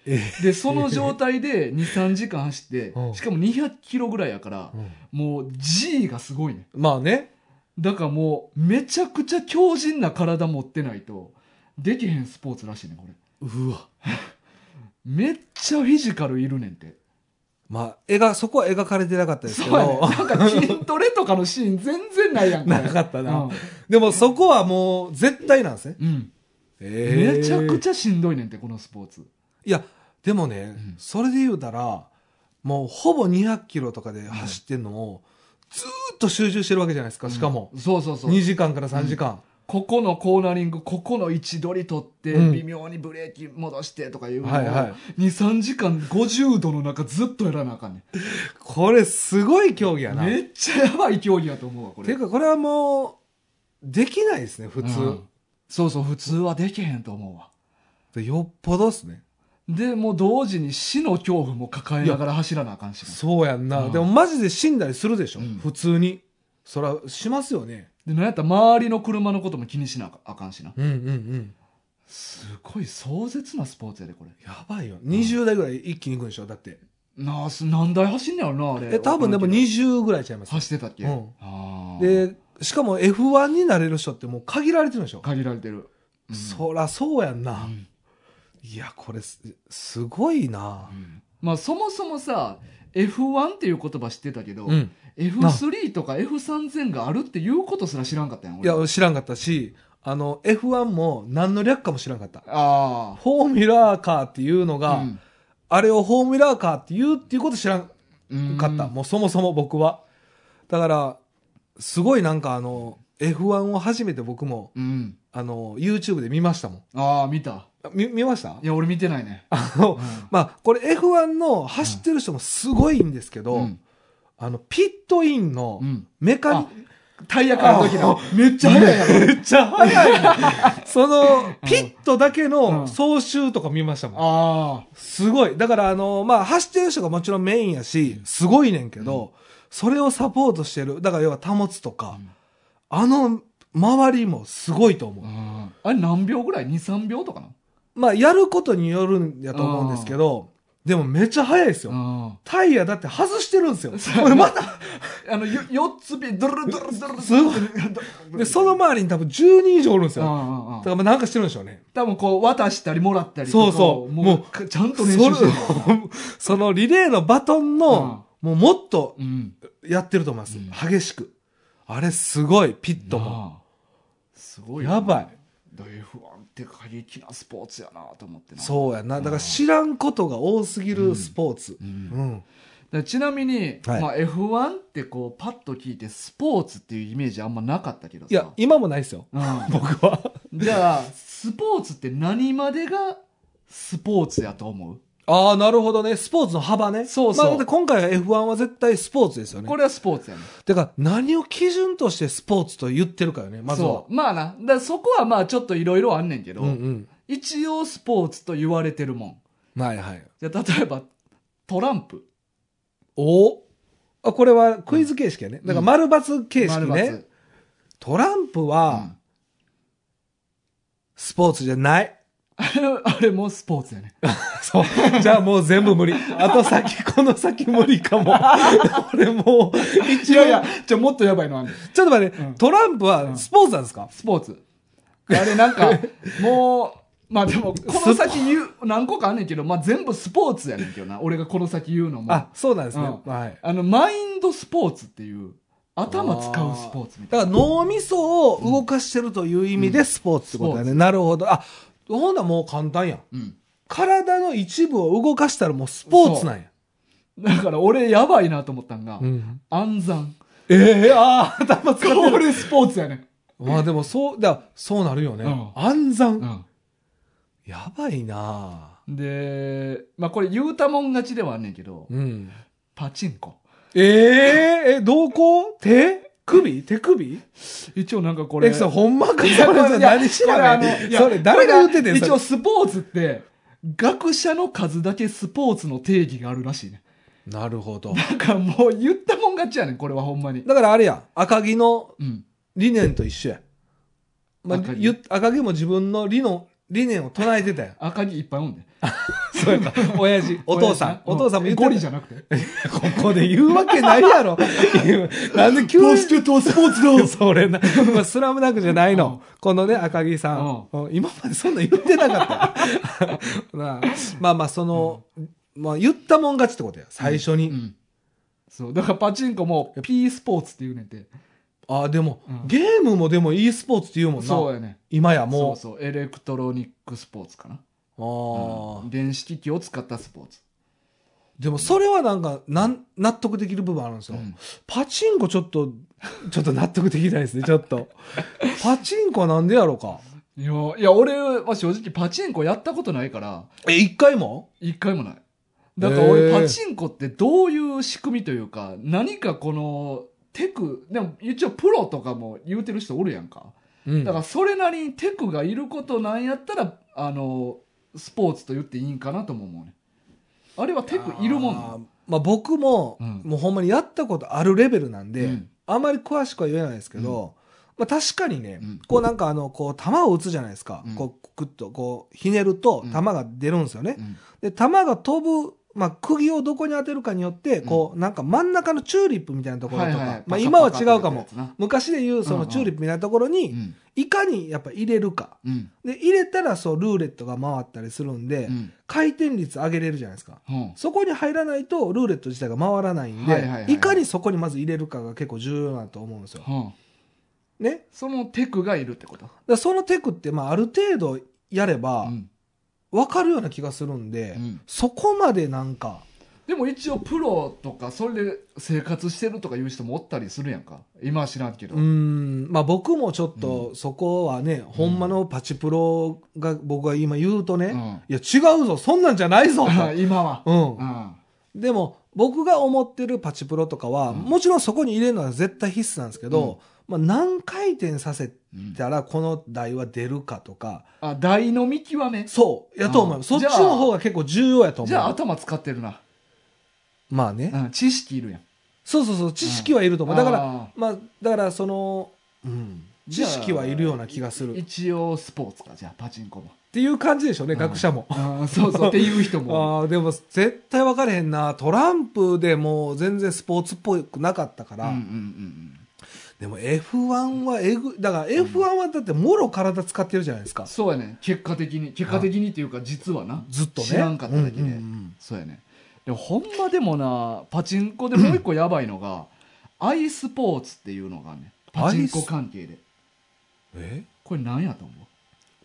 えでその状態で23時間走って うんしかも200キロぐらいやからうんもう G がすごいねまあねだからもうめちゃくちゃ強靭な体持ってないとできへんスポーツらしいねこれうわめっちゃフィジカルいるねんてまあ絵がそこは描かれてなかったですけそうやねど、 なんか筋トレとかのシーン全然ないやんかなかったな、うんでもそこはもう絶対なんですね。うん、えめちゃくゃ。ちゃしんどいねんてこのスポーツいや、でもね、うんそれで言うたら、もうほぼ200キロとかで走ってんのを、ずーっと集中してるわけじゃないですか、しかも。うんそうそうそう2時間から3時間。ここのコーナリングここの位置取り取って、うん微妙にブレーキ戻してとかいうのを、はいはい23時間50度の中ずっとやらなあかんねこれすごい競技やんな。めっちゃやばい競技やと思うわこていれうかこれはもう、できないですね、普うん通。そうそう普通はできへんと思うわでよっぽどっすね。でもう同時に死の恐怖も抱えながら走らなあかんしなそうやんな、うんでもマジで死んだりするでしょ、うん普通にそらしますよねでなんやったら周りの車のことも気にしなあかんしなうんうんうんすごい壮絶なスポーツやでこれやばいよ20代ぐらい一気に行くんでしょだってなあす何台走んねやろなあれえ多分でも20ぐらいちゃいます走ってたっけ、うんああでしかも F1 になれる人ってもう限られてるでしょ、限られてる、うんそらそうやんな、うんいやこれすすごいなまあそもそもさ F1 っていう言葉知ってたけど、ん F3 とか F3000 があるっていうことすら知らんかったやんい俺や知らんかったしあの F1 も何の略かも知らんかったあフォーミュラーカーっていうのあが、あれをフォーミュラーカーっていうっていうこと知らんうんかった、もうそもそも僕はだからすごいなんかあの F1 を初めて僕もうんあの YouTube で見ましたもんああ見たあ見見ましたいや俺見てないねあの、うんまあこれ F1 の走ってる人もすごいんですけど、うんあのピットインのうんメカニ、タイヤからの時のめっちゃ速いやろめっちゃ速い そのピットだけうんの総集とか見ましたもんああすごい。だから、あの、まあ、走ってる人がもちろんメインやし、すごいねんけど、それをサポートしてる。だから、要は保つとか、うんあの、周りもすごいと思う。ああれ何秒ぐらい23秒とかなまあ、やることによるんやと思うんですけど、でもめっちゃ速いですよ。あタイヤだって外してるんですよ。そうこれまた、ああのよ4つピドルドルドルドルすごいで、その周りに多分10人以上おるんですああよ。ああだから、まあなんかしてるんでしょうね。多分こう渡したりもらったりとかをそうそうもうもうかちゃんとそ練れ習してるからなその リレーのバトンの、もうもっとうんやってると思います。うん激しく。あれすごい、ピットも。なあすごいよねやばい。だから F1 って過激なスポーツやなと思ってなそうやな。だから知らんことが多すぎるスポーツ。ううんだかん。らちなみに、はいまあ、F1 ってこうパッと聞いてスポーツっていうイメージあんまなかったけどさいや、今もないですよ。う僕は。ん、じゃあスポーツって何までがスポーツやと思う ああ、なるほどね。スポーツの幅ね。そうそうまあ、だって今回は F1 は絶対スポーツですよね。これはスポーツやねてか、何を基準としてスポーツと言ってるかよね、まずはそ。うまあなだからそこはまあちょっといろいろあんねんけど、うんうん。一応スポーツと言われてるもんはいはい。じゃあ例えばトランプおお。あ、これはクイズ形式やね。だから丸×形式ね。丸トランプバは、スポーツじゃない。ツうん、あれあれもスポーツやね そう。 じゃあもう全部無理。あと先、この先無理か も。俺もう、 い一応やいや、じゃあもっとやばいのあんねんちょっと待って、うんトランプはスポーツなんですか、スポーツ。あれなん か、もう、まあでも、この先言う、何個かあんねんけど、まあ全部スポーツやねんけどな。俺がこの先言うのも。あ、そうなんですね。うはい。あの、マインドスポーツっていう、頭使うスポーツみたいだから脳みそを動かしてるという意味でスポーツってことだね。なるほど。あ、ほんならもう簡単やん。な。うん。体の一部を動かしたらもうスポーツなんや。だから俺やばいなと思ったんが、ん、暗算。ええああ、頭使ってこる。れスポーツやねん。まあでもそう、だからそうなるよね。うん暗算、うん。やばいなで、まあこれ言うたもん勝ちではあんねんけど、うん。パチンコ。えええ、どこ手首手首一応なんかこれ。え、それほんまかそれいやこれ何知らいやこなあのいいやそれ誰が言っててんこれそ一れ応スポーツって、学者の数だけスポーツの定義があるらしいね。なるほど。なんかもう言ったもん勝ちやねん、これはほんまに。だからあれや、赤木のうん。理念と一緒や。まあ、赤木。ゆ赤木も自分の理の理念を唱えてたやん 赤木いっぱいおんで。そうか。親父、 お父さん、お父さんも言ってゴリじゃゃなくて。ここで言うわけない やろ。なんで急に。てとスポーツだ それな、これスラムダンクじゃないの。このね、赤木さん。今までそんなん言ってなかった よ。なあまあまあ、その、まあ言ったもん勝ちってことや。最初に。うん。そう。だからパチンコも P スポーツって言うねんて。ああ、でも、うんゲームもでも e スポーツって言うもんな。そうやね。今やそもうそう。エレクトロニックスポーツかな。う。ああ、うん電子機器を使ったスポーツ。でもそれはなんかなん納得できる部分あるんですよ、うんパチンコちょっとちょっと納得できないですねちょ っとパチンコはなんでやろうかいや、いや俺は正直パチンコやったことないから、え一回も一回もない。だから俺、へーパチンコってどういう仕組みというか、何かこの、テク、でも一応プロとかも言うてる人おるやんか。うんだからそれなりにテクがいることなんやったら、あの、スポーツと言っていいんかなとも思うねあれは結構いるもんなあーまあ、僕も、うんもうほんまにやったことあるレベルなんで、うんあまり詳しくは言えないですけど、まあ、確かにね、うんこうなんかあの、こう、弾を打つじゃないですか。うんこう、クッと、こう、ひねるとうん、弾が出るんですよね。うんで、弾が飛ぶ、まあ、釘をどこに当てるかによって、こう、なんか真ん中のチューリップみたいなところとか、まあ、今は違うかも。昔で言う、そうんうのんチューリップみたいなところうに、んいかにやっぱ入れるか。うんで、入れたら、そう、ルーレットが回ったりするんで、うん回転率上げれるじゃないですか。うんそこに入らないとルーレット自体が回らないんで、はいいはいはいかにそこにまず入れるかが結構重要だと思うんですよ。うんね。だかそのテクがいるってことらそのテクって、まあ、ある程度やれうばん分かるような気がするんで、うんそこまでなんか、でも一応プロとかそれで生活してるとかいう人もおったりするやんか今は知らんけどうーん、まあ僕もちょっとそこはね、ほんまのパチプロが僕が今言うとね、ういんや違うぞ、そんなんじゃない ぞと。今はうんう。んでも僕が思ってるパチプロとかは、うんもちろんそこに入れるのは絶対必須なんですけど、まあ、何回転させうんたらこの台は出るかとか、あ台の見極めそうやと思うう。んそっちの方が結構重要やと思う。じゃあ頭使ってるなまあね、うん知識いるやんそうそうそう知識はいると思う。だかららまあだからその、うん、じ知ゃあ識はいるような気がするっ一応スポーツかじゃあパチンコもていう感じでしょうね、学者も。うんそうそうっていう人もああーでも絶対分かれへんなトランプでもう全然スポーツっぽくなかったかうんら、うんうんでも F1 はえぐだから F1 はだってもろ体使ってるじゃないですうかん、そうやね結果的に結果的にっていうか実はなずっとね知らんかっただけで、うんうんうんそうやねでもほんまでもなパチンコでもう一個やばいのがアイスポーツっていうのがあんねんパチンコ関係でえこれ何やと思う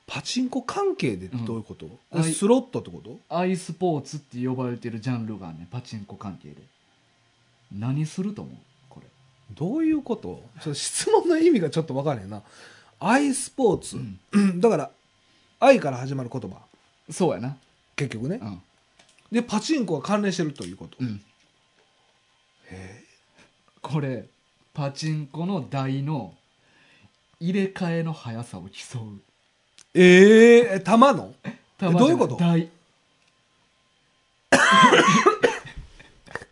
パチンコ関係でどういうこと、うんはいスロットってことアイスポーツって呼ばれてるジャンルがあんねんパチンコ関係で何すると思うこれどういうことその質問の意味がちょっと分からへんなアイスポーツ、うんうんだから愛から始まる言葉そうやな結局ねうんでパチンコが関連してるということ、うんこれパチンコの台の入れ替えの速さを競うええ玉の玉じゃなどういうこと台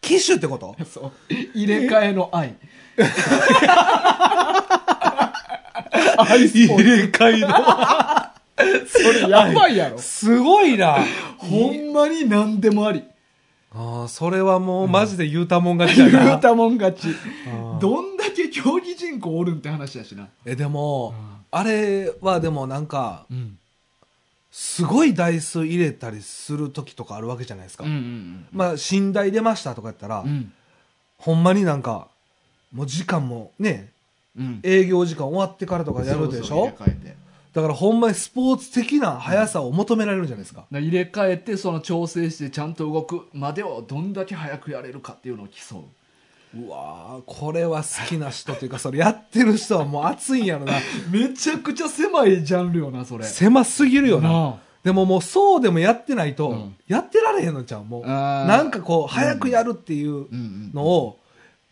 機種ってことそう入れ替えの愛アイスポーツ入れ替えのそれやばいやろすごいなほんまに何でもありああ、それはもうマジで言うたもん勝ちやな。言うたもん勝ちあーどんだけ競技人口おるんって話やしなえ、でも、うんあれはでもなんか、うんすごい台数入れたりする時とかあるわけじゃないですか。うんうんまあ、寝台出ましたとかやったら、うんほんまになんか、もう時間もね、うん営業時間終わってからとかやるでそしょうそう入れ替えてだかだからほんまにスポーツ的な速さを求められるじゃないですか。ら入れ替えてその調整してちゃんと動くまでをどんだけ早くやれるかっていうのを競ううわーこれは好きな人というか、それやってる人はもう熱いんや ろな。めちゃくちゃ狭いジャンルよなそれ狭すぎるよな。なでももうそうでもやってないと、うんやってられへんのちゃうもう。あーなんかこう、早くやるっていううんうんのを、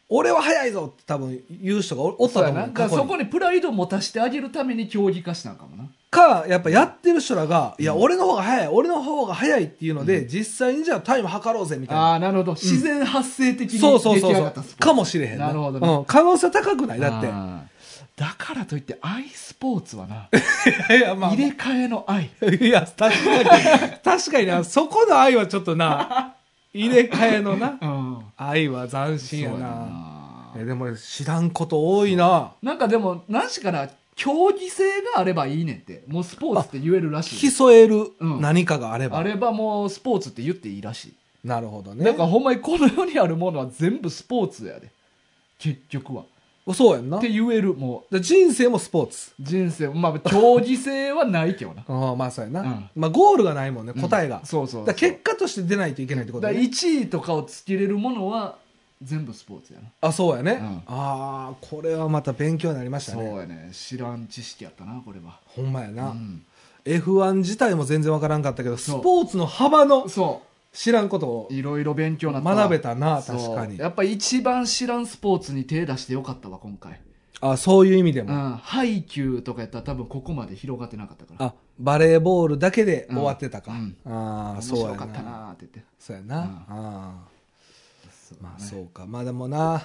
俺は早いぞって多分言う人がおおそったうとや思なう。だから過去にそこにプライドを持たせてあげるために競技化したんかもなか、やっぱやってる人らが、いや、俺の方が早い、俺の方が早いっていうので、実際にじゃあタイム測ろうぜみたいな。ああなるほど自然発生的にそうそう出来そう上そがったうスポーツ。かもしれへんなるほどねうん。可能性高くないだって。あーだからといってアイスポーツはな いや、まあ入。れ替えの愛いや、確かに。確かにな、そこの愛はちょっ とな、入れ替えのな、うん愛は斬新やそうやな。なえでも知らんこと多いななんかでも何しかな競技性があればいいねんってもうスポーツって言えるらしい競えるうん何かがあれば、あればもうスポーツって言っていいらしいなるほどねなんかほんまにこの世にあるものは全部スポーツやで結局はそうやんなって言えるもで人生もスポーツう人生まあ競技性はないけどなああまあそうやな、うんまあゴールがないもんね 答えが、うんそうそうそうだから結果として出ないといけないってことだね、 1位とかをつけれるものは全部スポーツやなあそうやね、んああこれはまた勉強になりましたそうねやね知らん知識やったなこれは、ほんまやな、うん、 F1 自体も全然わからんかったけどスそうポーツの幅のそ知らんことをういろいろ勉強になったわ学べたなそう確かにやっぱ一番知らんスポーツに手出してよかったわ今回あ、そういう意味でうも。ん、ハイキューとかやったら多分ここまで広がってなかったから。あ、バレーボールだけで終わってたか。うんあ面あ、そうや白な。かったなーって言って。そうやな。うんあそうーまあ、ねそうか。まあでもな、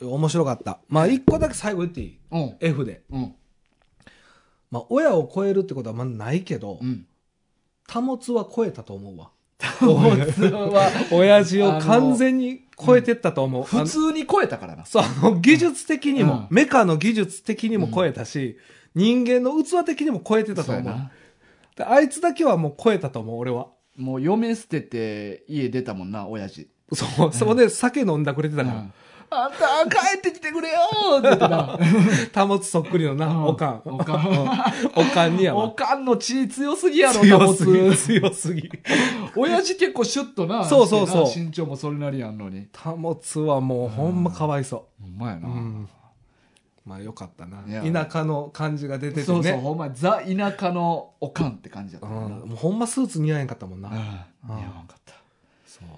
面白かった。まあ、一個だけ最後言っていい ?F で。うん。うん。まあ、親を超えるってことはまあないけどう、ん。保つは超えたと思うわ。普通は、 親父を完全に超えてったと思う。あ普の通に超えたからな。そう、あの、技術的にも、うんメカの技術的にも超えたし、人間の器的にも超えてたとそうや思う。な。であいつだけはもう超えたと思う、俺は。もう嫁捨てて家出たもんな、親父。そう、そこで酒飲んだくれてたうかんあんた、帰ってきてくれよーって言ってな。ら。保つそっくりのうんな、おかん。おかんうおかんにやおわ。かんの血強すぎやろ、強す保ぎ、つ強すぎ。親父結構シュッとな。そうそうそうしてな身長もそれなりやんのに。保つはもうほんまかわいそほんまやう。な。うん。まあよかったないや。田舎の感じが出ててね。そうそう、ほんま、ザ田舎のおかんって感じだったうんもんな。もうほんまスーツ似合えんかったもんうんな。いや、わかった。そう。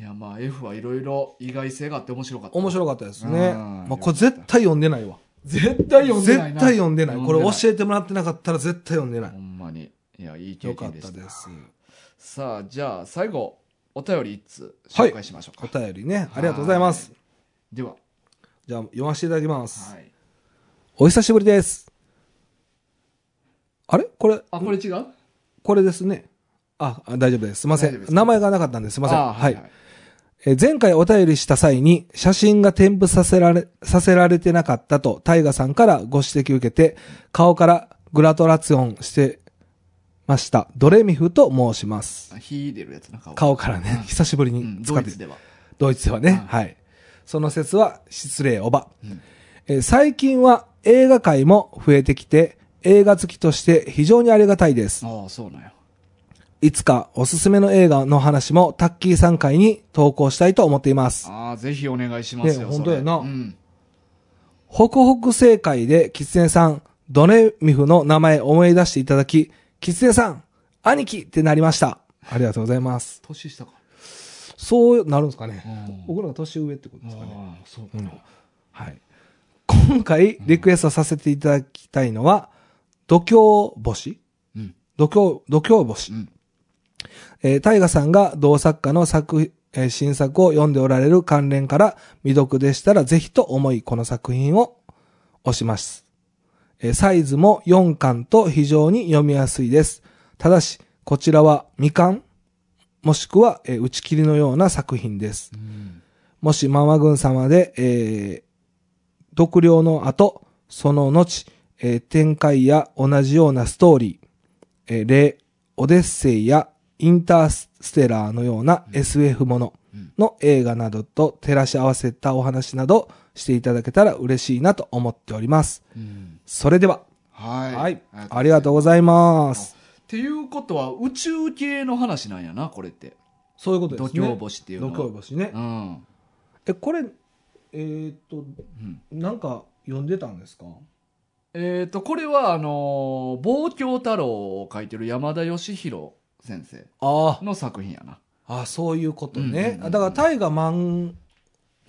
いや、まあ、F はいろいろ意外性があって面白かった。面か白かったですうね。んまあこれ絶対読んでないわ。絶対読んで絶ないな。対読んでない。これ教ええてもらってなかったら絶対読んでないほ。んまに。いや、いい経よか験っでしたた。です。さあ、じゃあ、最後、お便り一通はい紹介しましょうか。お便りね、ありがとうございます。では、じゃあ読ませていただきます。はい。お久しぶりです。あれこれ、あ、これ違うこれですね。あ、あ大丈夫です。すいませ大丈夫でん。す名前がなかったんです。すいません。あはい。えー前回お便りした際に写真が添付させられ、させられてなかったとタイガさんからご指摘を受けて、顔からグラトラツオンしてました。ドレミフと申します。あ火出るやつな、顔。顔からね、久しぶりうにん、使ドっイて、ツでは。ドイツではね、はい。その説は失礼おば。うんえー最近は映画界も増えてきて、映画好きとして非常にありがたいです。ああ、そうなんや。いつかおすすめの映画の話もタッキーさん会に投稿したいと思っています。ああ、ぜひお願いしますよ。ねそれ本当やなうん。ホクホク正解で、キツネさん、ドレミフの名前思い出していただき、キツネさん、兄貴ってなりました。ありがとうございます。年下か。そうなるんですかね。ん僕らが年上ってことですかね。ああ、そうかな。はい。今回、リクエストさせていただきたいのは、度胸星うん。度胸、度胸星。うんえー、タイガさんが同作家の作、えー新作を読んでおられる関連から未読でしたらぜひと思いこの作品を押します。えーサイズも4巻と非常に読みやすいです。ただし、こちらは未完もしくは、えー打ち切りのような作品です。うん。もしママ軍様で、えー独量の後、その後、えー展開や同じようなストーリー、えー例、オデッセイやインターステラーのような SF ものの映画などと照らし合わせたお話などしていただけたら嬉しいなと思っております。うんそれでは、はい。はい、ありがとうございあます。っていうことは宇宙系の話なんやなこれってそういうこ度胸星っていうのは度胸星ねう。ん、え、これ、えーっと、うんなんか読んでたんですかえっ、とこれはあのー「望郷太郎」を書いてる山田義弘先生ああ、の作品やなあそういうことうんうんう。ねんうんあだから、大河漫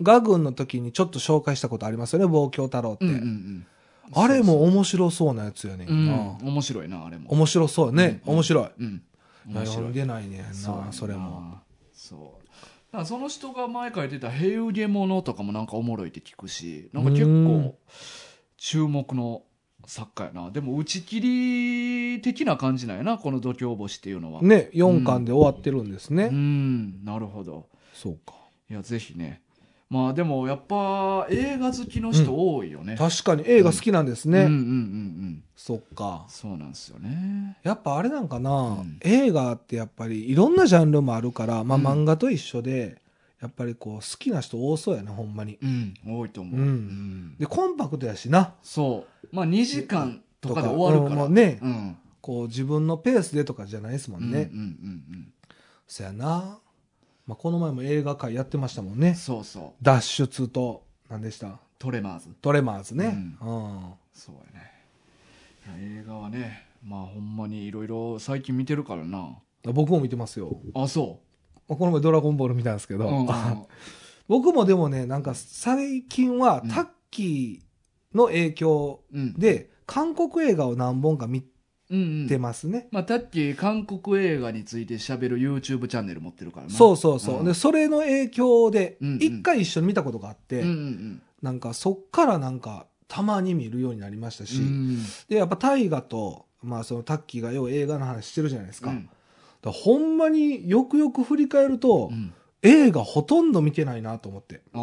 画群の時にちょっと紹介したことありますよね、望郷太郎って。うんうんうんあれも面白そうなやつやねうんか。ん、面白いなあれも面白そうやね。うんうん面白い。うん面読白んいでないねんな、やなそれも。そうだからその人が前書いてた「平右げもの」とかもなんかおもろいって聞くしなんか結うん構注目の作家やなでも打ち切り的な感じなんやなこの「度胸星」っていうのはね、4巻で終わってるんですね。うんなるほどそうか。いやぜひねまあでもやっぱ映画好きの人多いよね、確かに映画好きなんですうね。んうんうんうんそっか。そうなんですよねやっぱあれなんかな、ん映画ってやっぱりいろんなジャンルもあるから、まあうん漫画と一緒で、やっぱりこう好きな人多そうやな、ほんまに。うん多いと思う、うんんで、コンパクトやしな。そうまあ2時間とかで終わるからうんねうんこう自分のペースでとかじゃないですもんね。うんうんうんそやな、まあ、この前も映画界やってましたもんうんねそうそう脱出と何でしたトレマーズトレマーズね、うんそうやねいや映画はねまあほんまにいろいろ最近見てるからな僕も見てますよ、あそまあ、この前「ドラゴンボール」見たんですけ う、ど、うんうん僕もでもねなんか最近はタッキーの影響うん。で、韓国映画を何本か見うんうんてますね。まあ、タッキー、韓国映画について喋る YouTube チャンネル持ってるからな。そうそうそう。うんで、それの影響でうんう、ん一回一緒に見たことがあって、うんうんなんかそっからなんか、たまに見るようになりましたうん。し、うんで、やっぱ大河と、まあそのタッキーがよう映画の話してるじゃないですか。うだんからほんまによくよく振り返ると、うん映画ほとんど見てないなと思って。あ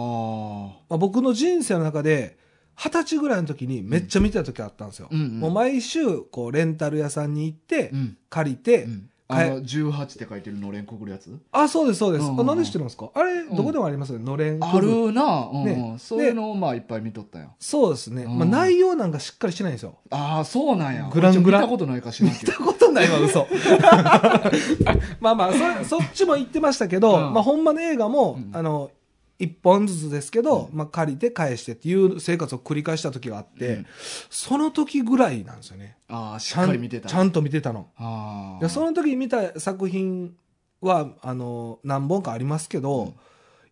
あ。まあ、僕の人生の中で、二十歳ぐらいの時にめっちゃ見てた時あったんですよ。うんうんもう毎週、こう、レンタル屋さんに行ってう、ん。借りて、うんあの、18って書いてるのれんくぐるやつあ、そうです、そうです。うんうんあ、うん何してるんですかあれ、うんどこでもありますよね。のれん。あ。るな、うんねそういうのをまあいっぱい見とったよ。そうですね。うんまあ、内容なんかしっかりしてないんですよ。ああ、そうなんや。グラングラこっちも見たことないかしらんけ見 ど。たことないわ、嘘。 まあまあ、そ、そっちも行ってましたけど、うんまあ、ほんまの映画も、うんあの、一本ずつですけど、うまあ、借りて返してっていう生活を繰り返した時があって、うんその時ぐらいなんですよね。ああ、しちっかゃんり見てた。ちゃんと見てたの。あいあ。やその時に見た作品はあの何本かありますけど、うん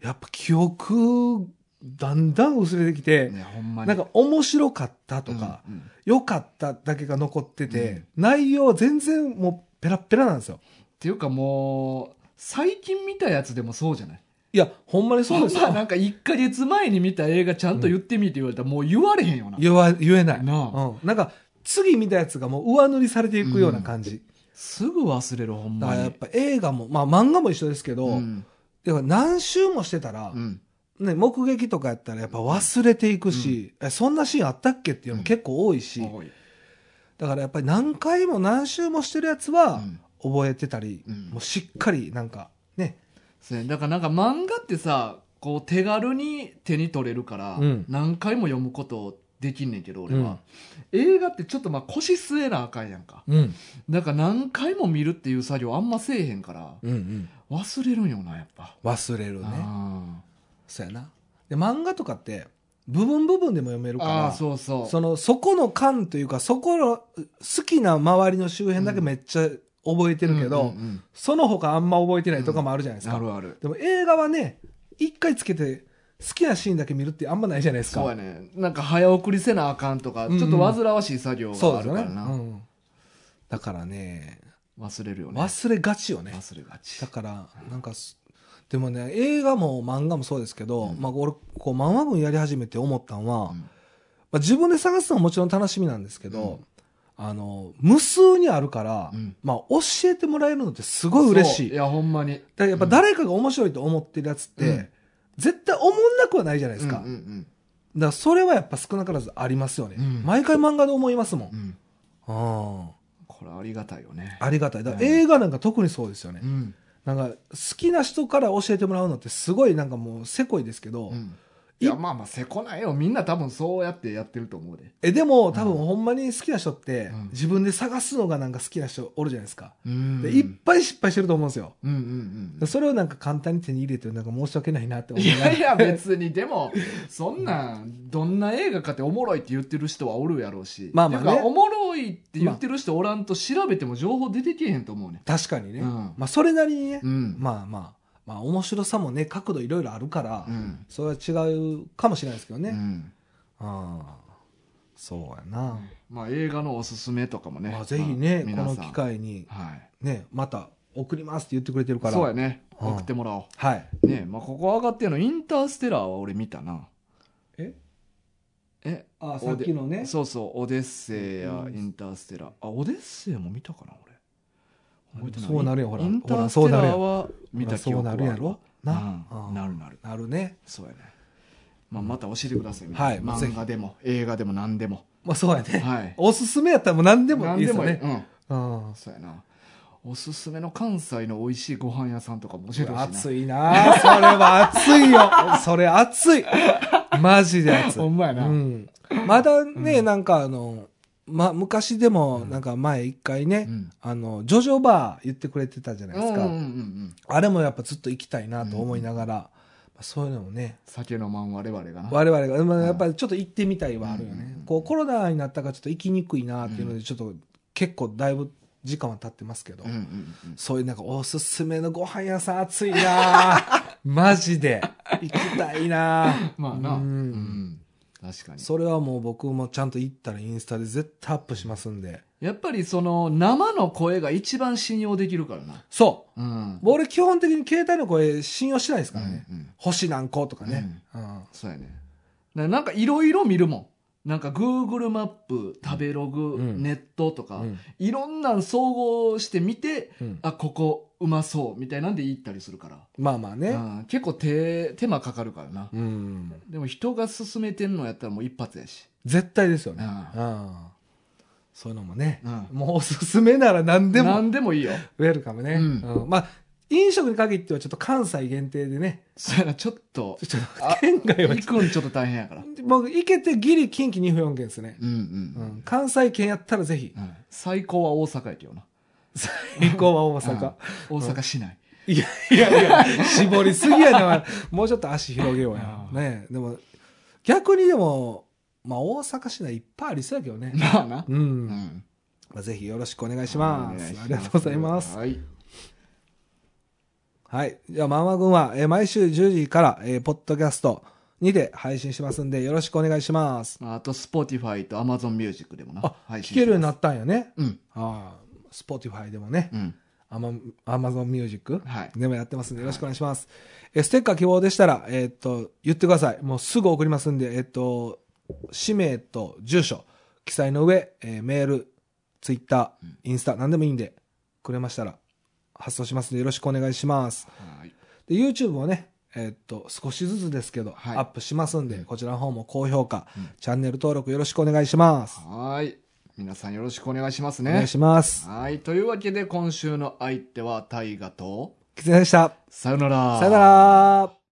やっぱ記憶だんだん薄れてきて、ね、ほんまに。なんか面白かったとかうん、うん良、かっただけが残ってて、内容全然もうペラッペラなんですよ。っていうかもう、最近見たやつでもそうじゃないいやほんまにそうで すほんまよ。なんか1か月前に見た映画ちゃんと言ってみって言われたらもう言われへんよな。言わ言えない、うん。なあなんか次見たやつがもう上塗りされていくような感じ。すぐ忘れる、ほんだかまらやにっ。ぱ映画もまあ漫画も一緒ですけど、うんやっぱ何周もしてたら。うんね、目撃とかやったらやっぱ忘れていくし、えそんなシーンあったっけっていうのも結構多いし、多いだからやっぱり何回も何周もしてるやつはうん覚えてたり、うんもうしっかりなんかね、そうやだからなんか漫画ってさこう手軽に手に取れるから、うん何回も読むことできんねんけど俺うんは、映画ってちょっとまあ腰据えなあかんやんかうんだから何回も見るっていう作業あんませえへんからうんうん、忘れるんよなやっぱ、忘れるねあそうやなで漫画とかって部分部分でも読めるーかあらーそうそうそのそこの感というかそこの好きな周りの周辺だけめっちゃ覚えてるけど、うんうんうんその他あんま覚えてないとかもあるじゃないですか、あるあるでも映画はね、一回つけて、好きなシーンだけ見るってあんまないじゃないですか。そうやねなんか早送りせなあかんとか、うんうんちょっと煩わしい作業そうがあでするよかね。らな、うんだからね、忘れるよね忘れがちよね。忘れがちだから、なんかす、でもね、映画も漫画もそうですけど、うんまあ俺、こう漫画文やり始めて思ったんは、うんまあ自分で探すのはもちろん楽しみなんですけうど、あの、無数にあるから、うんまあ教えてもらえるのってすごい嬉しい。そうだかやほんまにらやっぱ誰かが面白いと思ってるやつって、うん絶対思んなくはないじゃないですか。うんうんだからそれはやっぱ少なからずありますよね、うん毎回漫画で思いますもんうん、うんあこれありがたいよね。ありがたいだかうらん映画なんか特にそうですよね、ん。なんか好きな人から教えてもらうのってすごいなんかもうせこいですけど、うんいや、まあまあ、せこないよ。みんな多分そうやってやってると思うで。えでも多分ほんまに好きな人って、うん自分で探すのがなんか好きな人おるじゃないですか、うんでいっぱい失敗してると思うんですようんうんそれをなんか簡単に手に入れてなんか申し訳ないなってうん。思いいなやがらいや、別に、でも、そんなん、どんな映画かっておもろいって言ってる人はおるやろうし。まあまあねてかおもろいって言ってる人おらんと調べても情報出てけへんと思うね。確かにね、うんまあそれなりにね、うん。まあまあまあ面白さもね角度いろいろあるから、うん。それは違うかもしれないですけどね、うんああそうやな、まあ、映画のおすすめとかもね。まあ、ぜひまあね、こ皆のさん機会にはい。ねまた送りますって言ってくれてるからそうやね。うん送ってもらおはい、う。ねえまあ、ここ上がってるの、インターステラーは俺見たな。ええあさっきのねそうそう、オデッセイやうんインターステラー。あ、オデッセイも見たかな、俺。覚えてないそうなるよほらインタほーらステそうなラるーよは見た記そう憶はなあるやろなな、ああなるなる。なるねそうやね。まあ、また教えてください。はい漫画でも、映画でも何でも。まあそうやね、はい。おすすめやったらもう何でもいいですよ何ねうん。うんそうやな。おすすめの関西の美味しいご飯屋さんとかも教えてほしいな。熱いなそれは熱いよ それ熱いマジで熱いほんまやうな。ん、まだね、なんかあの、ま、昔でもなんか前一回ね、うんあのジョジョバー言ってくれてたじゃないですか、うんうんうん。あれもやっぱずっと行きたいなと思いながら、まあそういうのもね、酒のまん我々がな。我々が、まあ、やっぱりちょっと行ってみたいはあるようんうんねう。んこうコロナになったからちょっと行きにくいなっていうので、ちょっと結構だいぶ時間は経ってますけど、うんうんうん。そういうなんかおすすめのご飯屋さん暑い なマジで。行きたいなまあな。うんうん確かにそれはもう僕もちゃんと行ったらインスタで絶対アップしますんで。やっぱりその生の声が一番信用できるからなそうんう。俺基本的に携帯の声信用しないですからね。うんうん星何個とかね。うんそうやねななんかいろいろ見るもんなんか Google マップ食べログ、うんネットとか、うんいろんなん総合して見てうんあここうまそうみたいなんで行ったりするから、まあまあうね。ん結構手手間かかるからな、うん。でも人が勧めてんのやったらもう一発やし、絶対ですようね。んうん。そういうのもね。うんもうおすすめなら何でも何でもいいよウェルカムうね。んうんまあ、飲食に限ってはちょっと関西限定でね。そうやなちょっ とちょっあと県外は行。くんちょっと大変やから僕、行けてギリ近畿2府4県ですね。うんうんうん。関西圏やったら ぜひ。うん最高は大阪やけどな最高は大阪。うん大阪市 内、いやいやいや、絞りすぎやな。もうちょっと足広げようや。ねえでも、逆にでも、まあ大阪市内いっぱいありそうやけどね。まあな、う。うんんまあ、ぜひよろしくお願いしお願まいす。しまありがとうございます。はいはい。じゃあ、まんま軍は、えー毎週10時から、えーポッドキャストにて配信しますんで、よろしくお願いします。まああと Spotify と AmazonMusic でもなあ配聞けるようになってったんやね。うんああ、Spotify でもね、うんアマアマゾンミュージックはいでもやってますんで、よろしくお願いします。えーステッカー希望でしたら、えーっと、言ってください。もうすぐ送りますんで、えーっと、氏名と住所、記載の上、えーメール、ツイッター、インスタ、何でもいいんで、くれましたら、発送しますんで、よろしくお願いします。はいで、YouTube をね、えーっと、少しずつですけど、はいアップしますんで、こちらの方も高評価、うんチャンネル登録よろしくお願いします。はい皆さんよろしくお願いしますお願ねいします。はいというわけで今週の相手は大ガときつねでした。さよならさよなら。